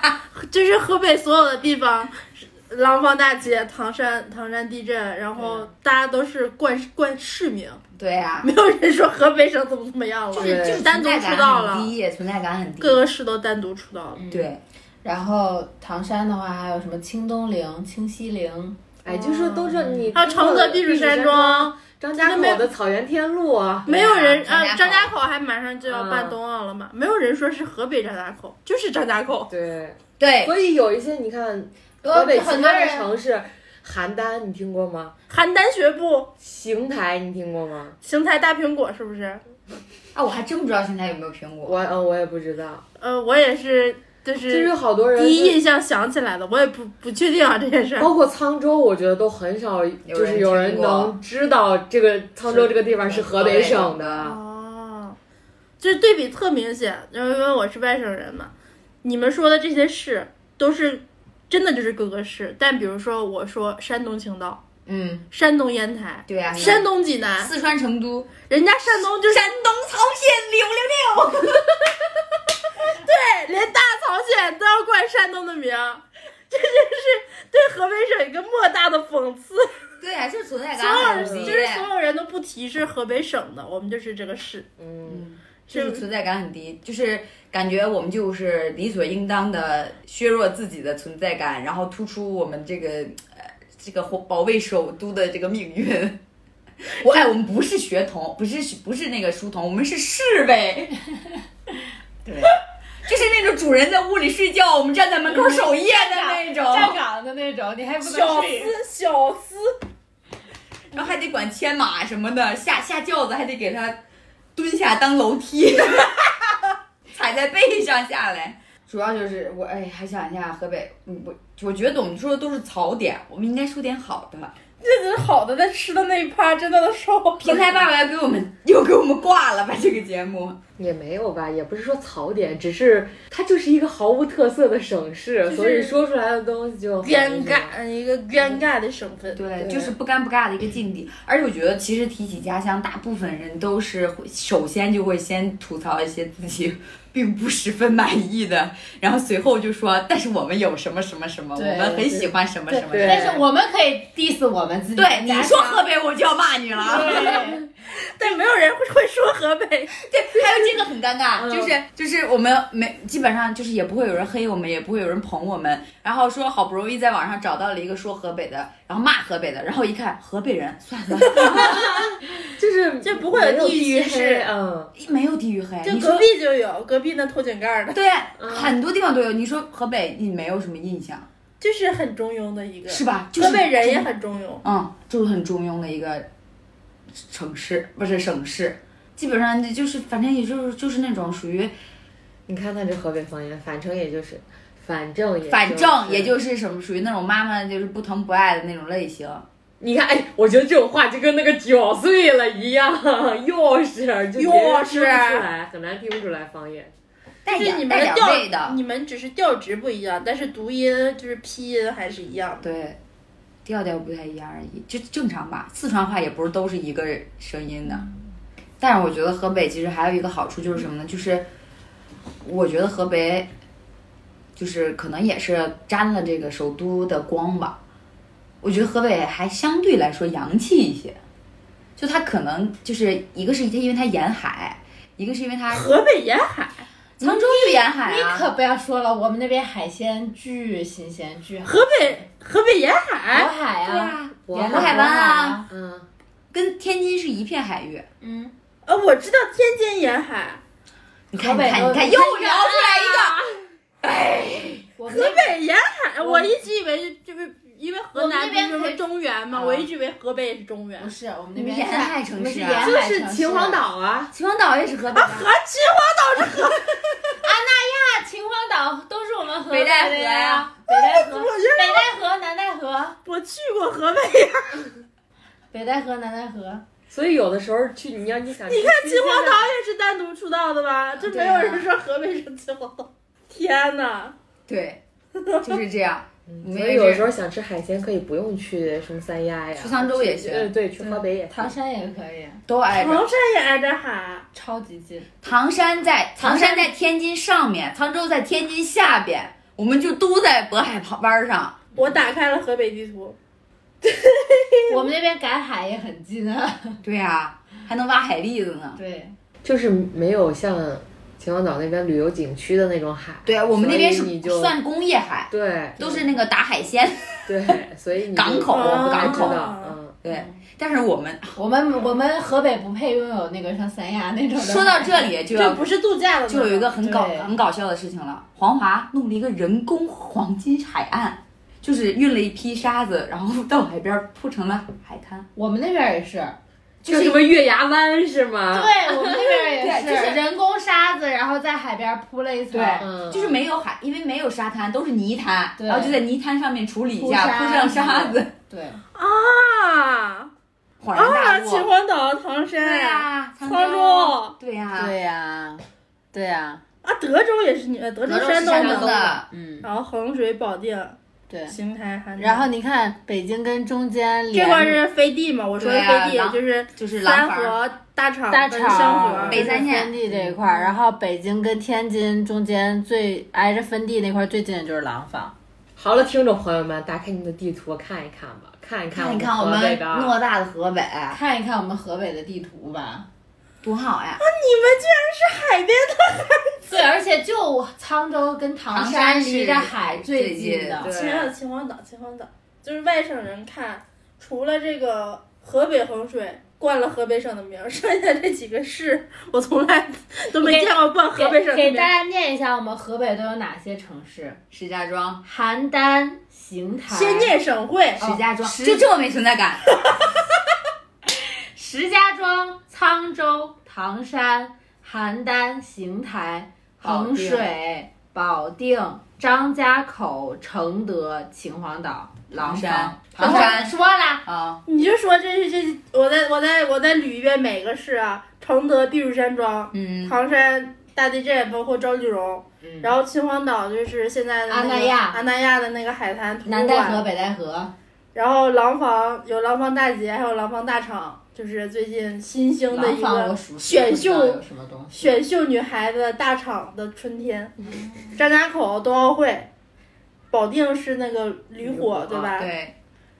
就是河北所有的地方，廊坊大街、唐山、唐山地震，然后大家都是冠冠市名，对呀、没有人说河北省怎么怎么样了，就就是对就是单独存在出道感很了，低，存在感很低。各个市都单独出道了。对，嗯然后唐山的话还有什么清东陵、清西陵，哎，就说都是你还有听承过德的避暑山庄、庄，张家那没有口的草原天路啊，没有人张家啊，口张家口还马上就要办嗯冬奥了嘛，没有人说是河北张家口，就是张家口。对，对，所以有一些你看河呃北其很多他的人城市，邯郸你听过吗？邯郸学步，邢台你听过吗？邢台大苹果是不是？啊，我还真不知道邢台有没有苹果。我嗯，我也不知道，呃，我也是，就就是是好多人第一就印象想起来的，我也不不确定啊这件事哦儿。包括沧州，我觉得都很少，就是有人听过能知道这个沧州这个地方是河北省的。哦，就是对比特明显，然后因为我是外省人嘛，你们说的这些市都是真的就是各个市，但比如说我说山东青岛、嗯，山东烟台、对呀、山东济南，四川成都，人家山东就是山东曹县柳柳柳。对，连大曹县都要冠山东的名儿，这就是对河北省一个莫大的讽刺。对呀、就是存在所有感人很低，就是所有人都不提是河北省的，我们就是这个市。嗯，就是存在感很低，就是感觉我们就是理所应当的削弱自己的存在感，然后突出我们这个呃这个保卫首都的这个命运。 我哎，我们不是学童，不是不是那个书童，我们是侍卫。对， 就是那种主人在屋里睡觉，我们站在门口守夜的那种，站岗的那种，你还不能睡。小厮，然后还得管牵马什么的，下下轿子还得给他蹲下当楼梯，踩在背上下来。主要就是我哎，还想一下河北，嗯我我觉得我们说的都是槽点，我们应该说点好的。这就是好的，但吃的那一趴真的受平 台爸爸要给我们又给我们挂了吧？这个节目也没有吧，也不是说槽点，只是它就是一个毫无特色的省市，是所以说出来的东西就很尴。尬，一个尴尬的省份。对，对就是不尴不尬的一个境地。而且我觉得，其实提起家乡，大部分人都是会首先就会先吐槽一些自己 并不十分满意的，然后随后就说：“但是我们有什么什么什么，我对们很喜欢什么什么。”对但是我们可以 diss 我们自己 的对，家乡。你说河北，我就要骂你了。对但没有人会会说河北，对，还有这个很尴尬，就是就是我们没基本上就是也不会有人黑我们，也不会有人捧我们，然后说好不容易在网上找到了一个说河北的，然后骂河北的，然后一看河北人，算了， 就是就不会有没有地域地是黑嗯，没有地域黑，就你隔说壁就有，隔壁那偷井盖儿的，对，很多地方都有。你说河北，你没有什么印象就是很中庸的一个，是吧？就是河北人也很中庸，嗯，就是很中庸的一个城市，不是省市，基本上就是反正也就是就是那种属于你看他这河北方言，反正也就是，反正也、就是，反正也就是什么属于那种妈妈就是不疼不爱的那种类型。你看，哎，我觉得这种话就跟那个九岁了一样，又是就又别人是听不出来，很难听出来方言。带就是你点们带的点味调，的，你们只是调值不一样，但是读音就是拼音还是一样的。对，调调不太一样而已，就正常吧。四川话也不是都是一个声音的，嗯但是我觉得河北其实还有一个好处就是什么呢？就是我觉得河北就是可能也是沾了这个首都的光吧。我觉得河北还相对来说洋气一些，就它可能就是一个是它因为它沿海，一个是因为 它河北沿海，沧州就沿海你啊，可不要说了，我们那边海鲜巨新鲜，巨 好。河北河北沿渤海，海对啊，啊，渤海沿着渤海湾啊，嗯，跟天津是一片海域。嗯，呃，我知道天津沿海，哎你河看，北你看，都你啊看，是又聊出来一个。我们河北沿海，我我一直以为是就是因为河南我们那不边是什么才中原嘛，啊我一直以为河北也是中原。不是我们你那们边沿是海城我们是市沿啊 海就城是市秦皇岛啊，秦皇岛也是河北的，啊，秦皇岛都是我们河北戴河的呀哎呀，北戴河、我觉北戴河、南戴河、得 我去过河北呀，北戴河、南戴河。所以有的时候去，你要你想，你看秦皇岛也是单独出道的吧？就没有啊人说河北是秦皇岛。天哪！对，就是这样。我们嗯所也以有是时候想吃海鲜，可以不用去什么三亚呀，去沧州也行嗯呃，对，去河北也行唐。山也可以，都挨唐着。山也挨着海，超级近。唐山在唐唐山山在天津上面，沧州在天津下边，我们就都在渤海旁边上。我打开了河北地图，我们那边赶海也很近啊。对呀、还能挖海蛎子呢。对，就是没有像秦皇岛那边旅游景区的那种海。对啊我们那边是所以你就算工业海，对都是那个打海鲜。对，所以你就港口我不太港口知道嗯，对，但是我们我们我们河北不配拥有那个像三亚那种的。说到这，里就这要不是度假的吗就有一个很搞对很搞笑的事情了，黄华弄了一个人工黄金海岸，就是运了一批沙子，然后到海边铺成了海滩。我们那边也是，就是什么月牙湾是吗？对我们 那边也对就是是人工沙子，然后在海边铺了一层。嗯，就是没有海，因为没有沙滩，都是泥滩，对然后就在泥滩上面处理一铺下，沙铺上沙子， 对，啊恍然啊！大秦悟。皇岛、唐山、对啊呀，沧沧州对啊呀，对呀，对呀，啊，德州也是你，呃德州德州山是山的，东的，嗯，然后衡水、保定、对。邢台、邯郸，然后你看北京跟中间连这块是飞地嘛？我说的对啊飞地廊就是就是廊三坊河、大厂、大跟香厂、河、北三线嗯分地这一块儿，然后北京跟天津中间最挨着分地那块儿最近的就是廊坊。好了，听众朋友们，打开你的地图看一看吧，看一看看一看我河们北的偌大的河北看一看我们河北的地图吧。多好呀！你们居然是海边的海！对，而且就沧州跟唐唐山是离着海最最近的。对秦皇秦皇岛，秦皇岛就是外省人看，除了这个河北衡水冠了河北省的名儿， 剩下这几个市我从来都没给见过冠河北省的给给名大儿。家念一下，我们河北都有哪些城市？石家庄，邯郸、邢台、哦先念省会，石家庄石就这么没存在感， 石家庄、沧州、唐山、邯郸、邢台、保衡定水、保定、张家口、承德、秦皇岛、廊坊山。唐山我说了，啊，你就说这是这，我再我再我再捋一遍每个市啊：承德、避暑山庄、嗯，唐山大地震，包括赵丽蓉，嗯然后秦皇岛就是现在的、那个、安那亚安那亚的那个海滩图书南戴河、馆，北戴河，然后廊坊有廊坊大街，还有廊坊大厂，就是最近新兴的廊一坊我个属实选不知道秀有什么东西。选秀女孩子大厂的春天，张家口冬奥会，保定是那个驴火对吧？对，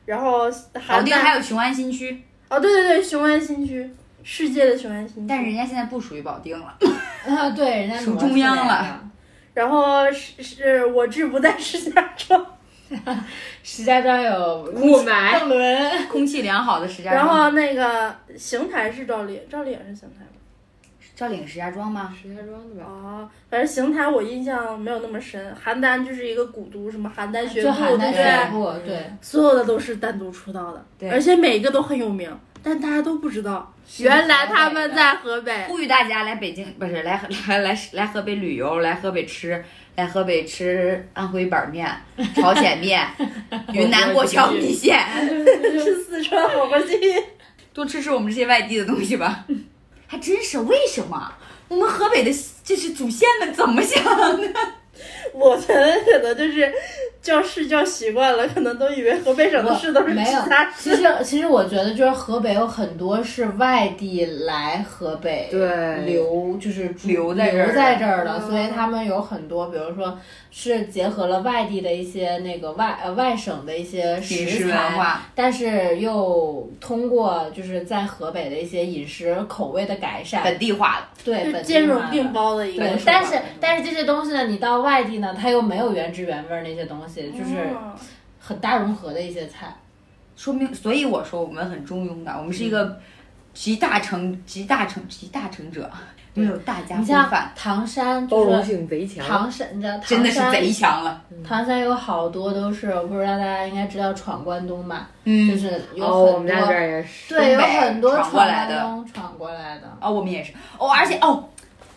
然后保邯定郸还有雄安新区，哦对对对雄安新区，世界的雄安新区。但人家现在不属于保定了，啊，对，人家属挪中出央来了了。然后是是我志不在石家庄，石家庄有雾霾邓伦，空气良好的石家庄。然后那个邢台是赵丽，赵丽也是邢台吧？赵岭石家庄吗？石家庄的吧？哦，反正邢台我印象没有那么深。邯郸就是一个古都，什么邯郸学就步，邯对不郸对学？步，对，所有的都是单独出道的，对而且每个都很有名，但大家都不知道，原来他们在河北。呼吁大家来北京，不是来来来来河北旅游，来河北吃，来河北吃安徽板 面、朝鲜 面、云南过桥米线，是 四川火锅鸡，多吃吃我们这些外地的东西吧。 还真是，为什么我们河北的这是祖先们怎么想的？我觉得可能就是叫市叫习惯了，可能都以为河北省的市都是没其有他。其实其实我觉得就是河北有很多是外地来河北对留就是住留在这儿的嗯留在这儿的，所以他们有很多，比如说是结合了外地的一些那个外呃外省的一些饮 食食文材，化，但是又通过就是在河北的一些饮食口味的改善，本地化了，对就本兼地容化并的。包的一个对手，法但是但是这些东西呢，你到外地呢，它又没有原汁原味儿那些东西，就是哦嗯很大融合的一些菜。说明所以我说我们很中庸的，我们是一个集大成、集大成、集大成者，没有大家你风像范，唐山，包就容是性贼强。唐山，你 知道唐山真的是贼强了。唐山有好多都是，我不知道大家应该知道闯关东吧？就嗯，是有很哦，多、我们家这边也是。 对有东北很多闯过来的关东闯过来的。哦，我们也是哦，而且哦，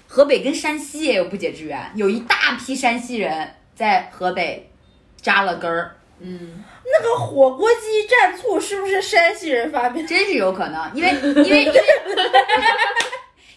河北跟山西也有不解之缘，有一大批山西人在河北扎了根儿，嗯，那个火锅鸡蘸醋是不是山西人发明？真是有可能，因为因为因 为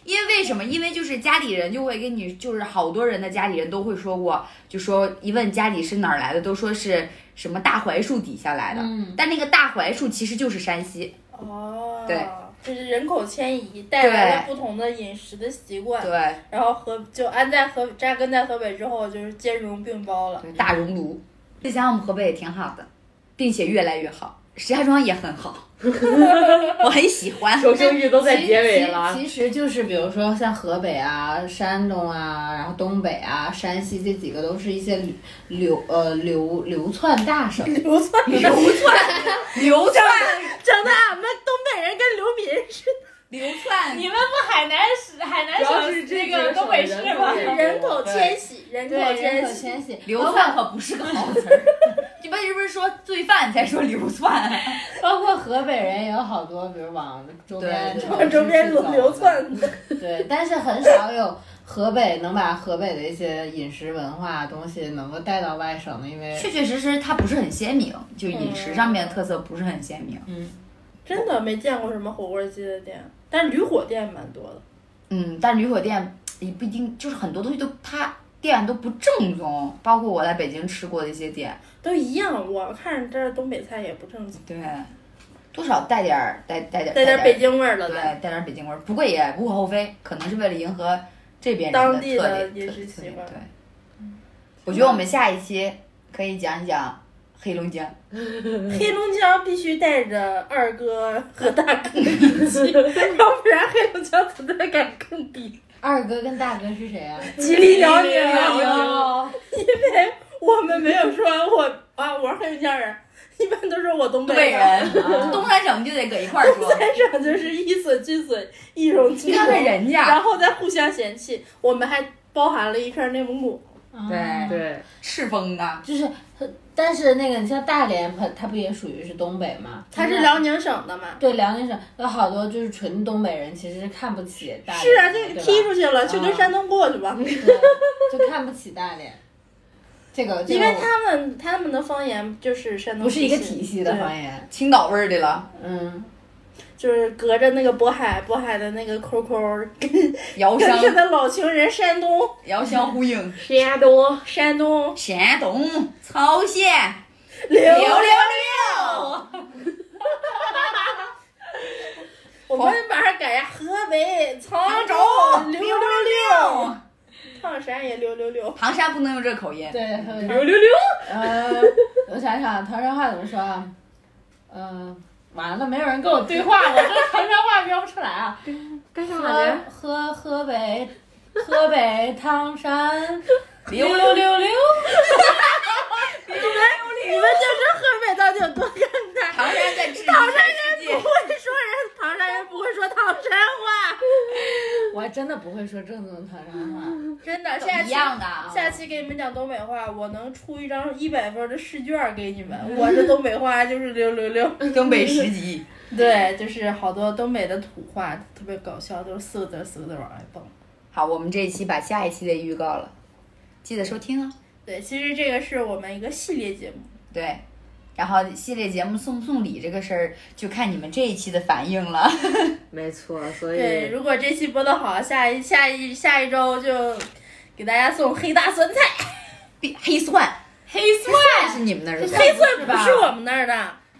因为为什么？因为就是家里人就会跟你，就是好多人的家里人都会说过，就说一问家里是哪儿来的，都说是什么大槐树底下来的，嗯但那个大槐树其实就是山西，哦，对，就是人口迁移带来了对不同的饮食的习惯，对，然后河就安在河扎根在河北之后，就是兼容并包了。大熔炉。再加上我们河北也挺好的，并且越来越好，石家庄也很 好，我很喜欢。求生欲都在结尾了其。其实就是比如说像河北啊、山东啊，然后东北啊、山西这几个都是一些流流呃流流窜大 省。流窜，流窜，流窜，整的俺们东北人跟流民似流窜，你们不海南省海南主要省是这那几个个东北市吗？省对的，人口迁徙，人口对，人迁口徙。迁徙，流窜可不是个好词儿。 你们是不是说罪犯才说流窜？ 包括河北人也有好多，比如往周边对对城市周边流走流的窜，对，但是很少有河北能把河北的一些饮食文化东西能够带到外省的，因为确确实实，它不是很鲜明，就饮食上面的特色不是很鲜明。真的没见过什么火锅鸡的店，但驴火店蛮多的。嗯，但驴火店也不一定，就是很多东西都它店都不正宗，包括我在北京吃过的一些店，都一样，我看这儿东北菜也不正经，对，多少带点儿带带点儿 带点儿北京味儿了对，呗。带点儿北京味儿，不过也无可厚非，可能是为了迎合这边人当的地特的点饮特食特习点惯嗯对，我觉得我们下一期可以讲一讲黑龙江，黑龙江必须带着二哥和大哥一 起，要不然黑龙江存在感更低。二哥跟大哥是谁啊？吉林辽宁，啊哦，我们没有说我啊，我是黑龙江人，一般都说我东东北北人。人，东三省就得搁一块儿说。啊三省就是一损俱损，一荣俱你荣，看看人然家，后再互相嫌弃。我们还包含了一片内蒙古，对，对，赤峰的，啊就是，但是那个你像大连，它它不也属于是东北吗？它是辽宁省的嘛？对辽宁省有好多就是纯东北人，其实是看不起大连是啊，的这对吧踢出去了，去跟嗯山东过去吧。对就看不起大连。这个，这因个为我他们他们的方言就是山东，不是一个体系的方言，言，青岛味儿的了，嗯，就是隔着那个渤海，渤海的那个口口儿跟遥跟相着的老情人山东，遥相呼应。石家庄山东山东曹县刘六六六，我们马上改呀，河北沧沧州六六六，唐山也六六六，唐山不能用这口音，对，他们六六六，呃，我想想，唐山话怎么说啊？嗯、完了，没有人跟我对话，我这长沙话标不出来 啊。干啥喝来？喝河北，河北唐山溜溜溜溜。你们就是河北到底有多尴尬？唐山在治唐山人不会说人，唐山人不会说唐山话，我还真的不会说正宗唐山话。 真的。下一期样的啊，下期给你们讲东北话，我能出一张一百分的试卷给你们。我这东北话就是六六六。 东北十级。对，就是好多东北的土话特别搞笑，都是四个字儿四个字儿往外蹦。好，我们这一期把下一期的预告了，记得收听啊。对，其实这个是我们一个系列节目。对，然后系列节目送不送礼这个事儿，就看你们这一期的反应了。没错，所对，以如果这期播的好，下一下一下一周就给大家送黑大酸菜。比 黑蒜，黑蒜，蒜是你们那儿的吧黑蒜不是我们那儿的，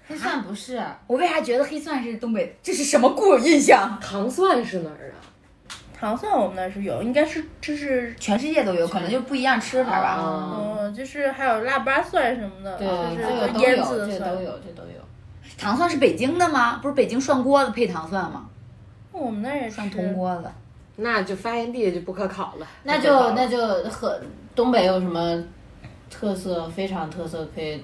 黑蒜不是，我为啥觉得黑蒜是东北？这是什么固有印象？糖蒜是哪儿啊？糖蒜我们那儿是有，应该是这是全世界都有可能，就不一样吃法吧。啊，嗯，就是还有腊八蒜什么的，对，哦就是这个都都腌有制，的这都蒜。有，这都有。糖蒜是北京的吗？不是北京涮锅子配糖蒜吗？我们那儿也是涮铜锅子。那就发源地就不可考了。那就那就和东北有什么特色？非常特色可以。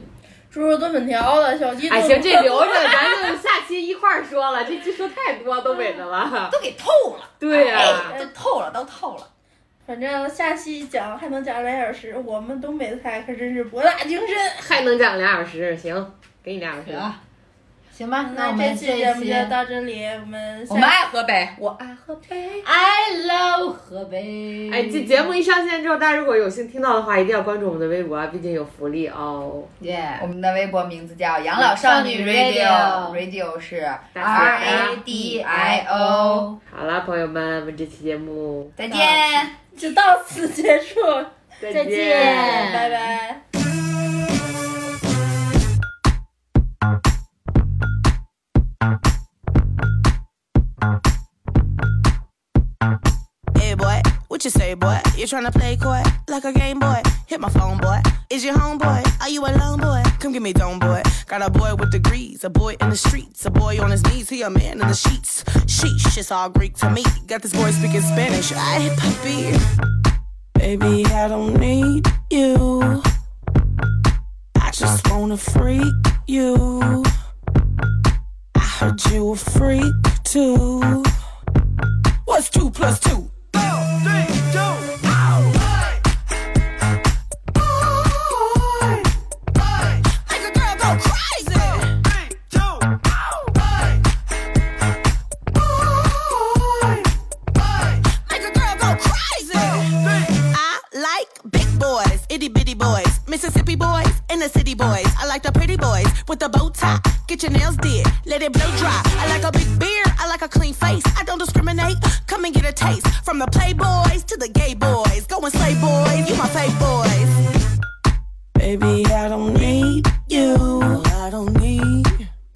猪肉炖粉条子，小鸡炖。哎，行，这留着，咱就下期一块儿说了。这期说太多东北的了。都给透了，对啊呀、哎都透了，都透了。反正下期讲还能讲俩小时，我们东北菜可真是博大精深。还能讲俩小时，行，给你俩小时。行吧，那我啊这们期一节目期就到这里，我们下我们爱河北，我爱。 I love 河北。哎，这节目一上线之后，大家如果有幸听到的话，一定要关注我们的微博啊，毕竟有福利哦。我耶，们的微博名字叫养老少女 Radio，Radio 是 R 大 A 家啊 D I O。好啦，朋友们，我们这期节目再见。就到此结束，再再见拜拜。 Hey boy, what you say, boy? You tryna play coy like a game boy? Hit my phone, boy. Is your homeboy? Are you alone, boy? Come get me dome, boy. Got a boy with degrees, a boy in the streets, a boy on his knees. He a man in the sheets. Sheesh, it's all Greek to me. Got this boy speaking Spanish. I puppy. Baby, I don't need you. I just wanna freak you. I heard you a freak too. What's two plus two? I like big boys, itty bitty boys, Mississippi boys, inner city boys. I like the pretty boys with the bow tie. Get your nails did, let it blow dry. I like a big beard, I like a clean face. I don't discriminate, come and get a taste. From the playboys to the gay boys, go and slay boys, you my fave boys. Baby, I don't need you. I don't need.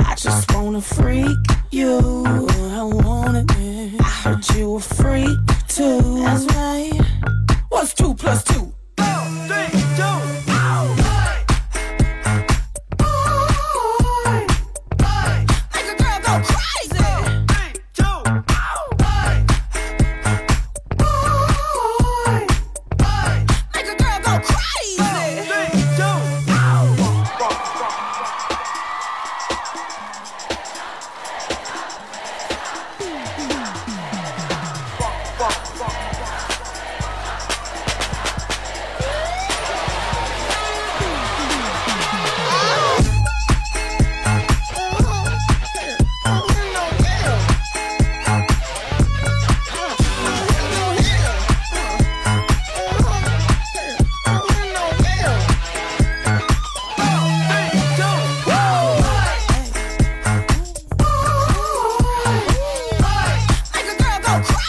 I just wanna freak you. I want it. I heard you a freak too. That's right. What's two plus two? Make a girl go crazy. Make a girl go crazy. Make a girl go crazy.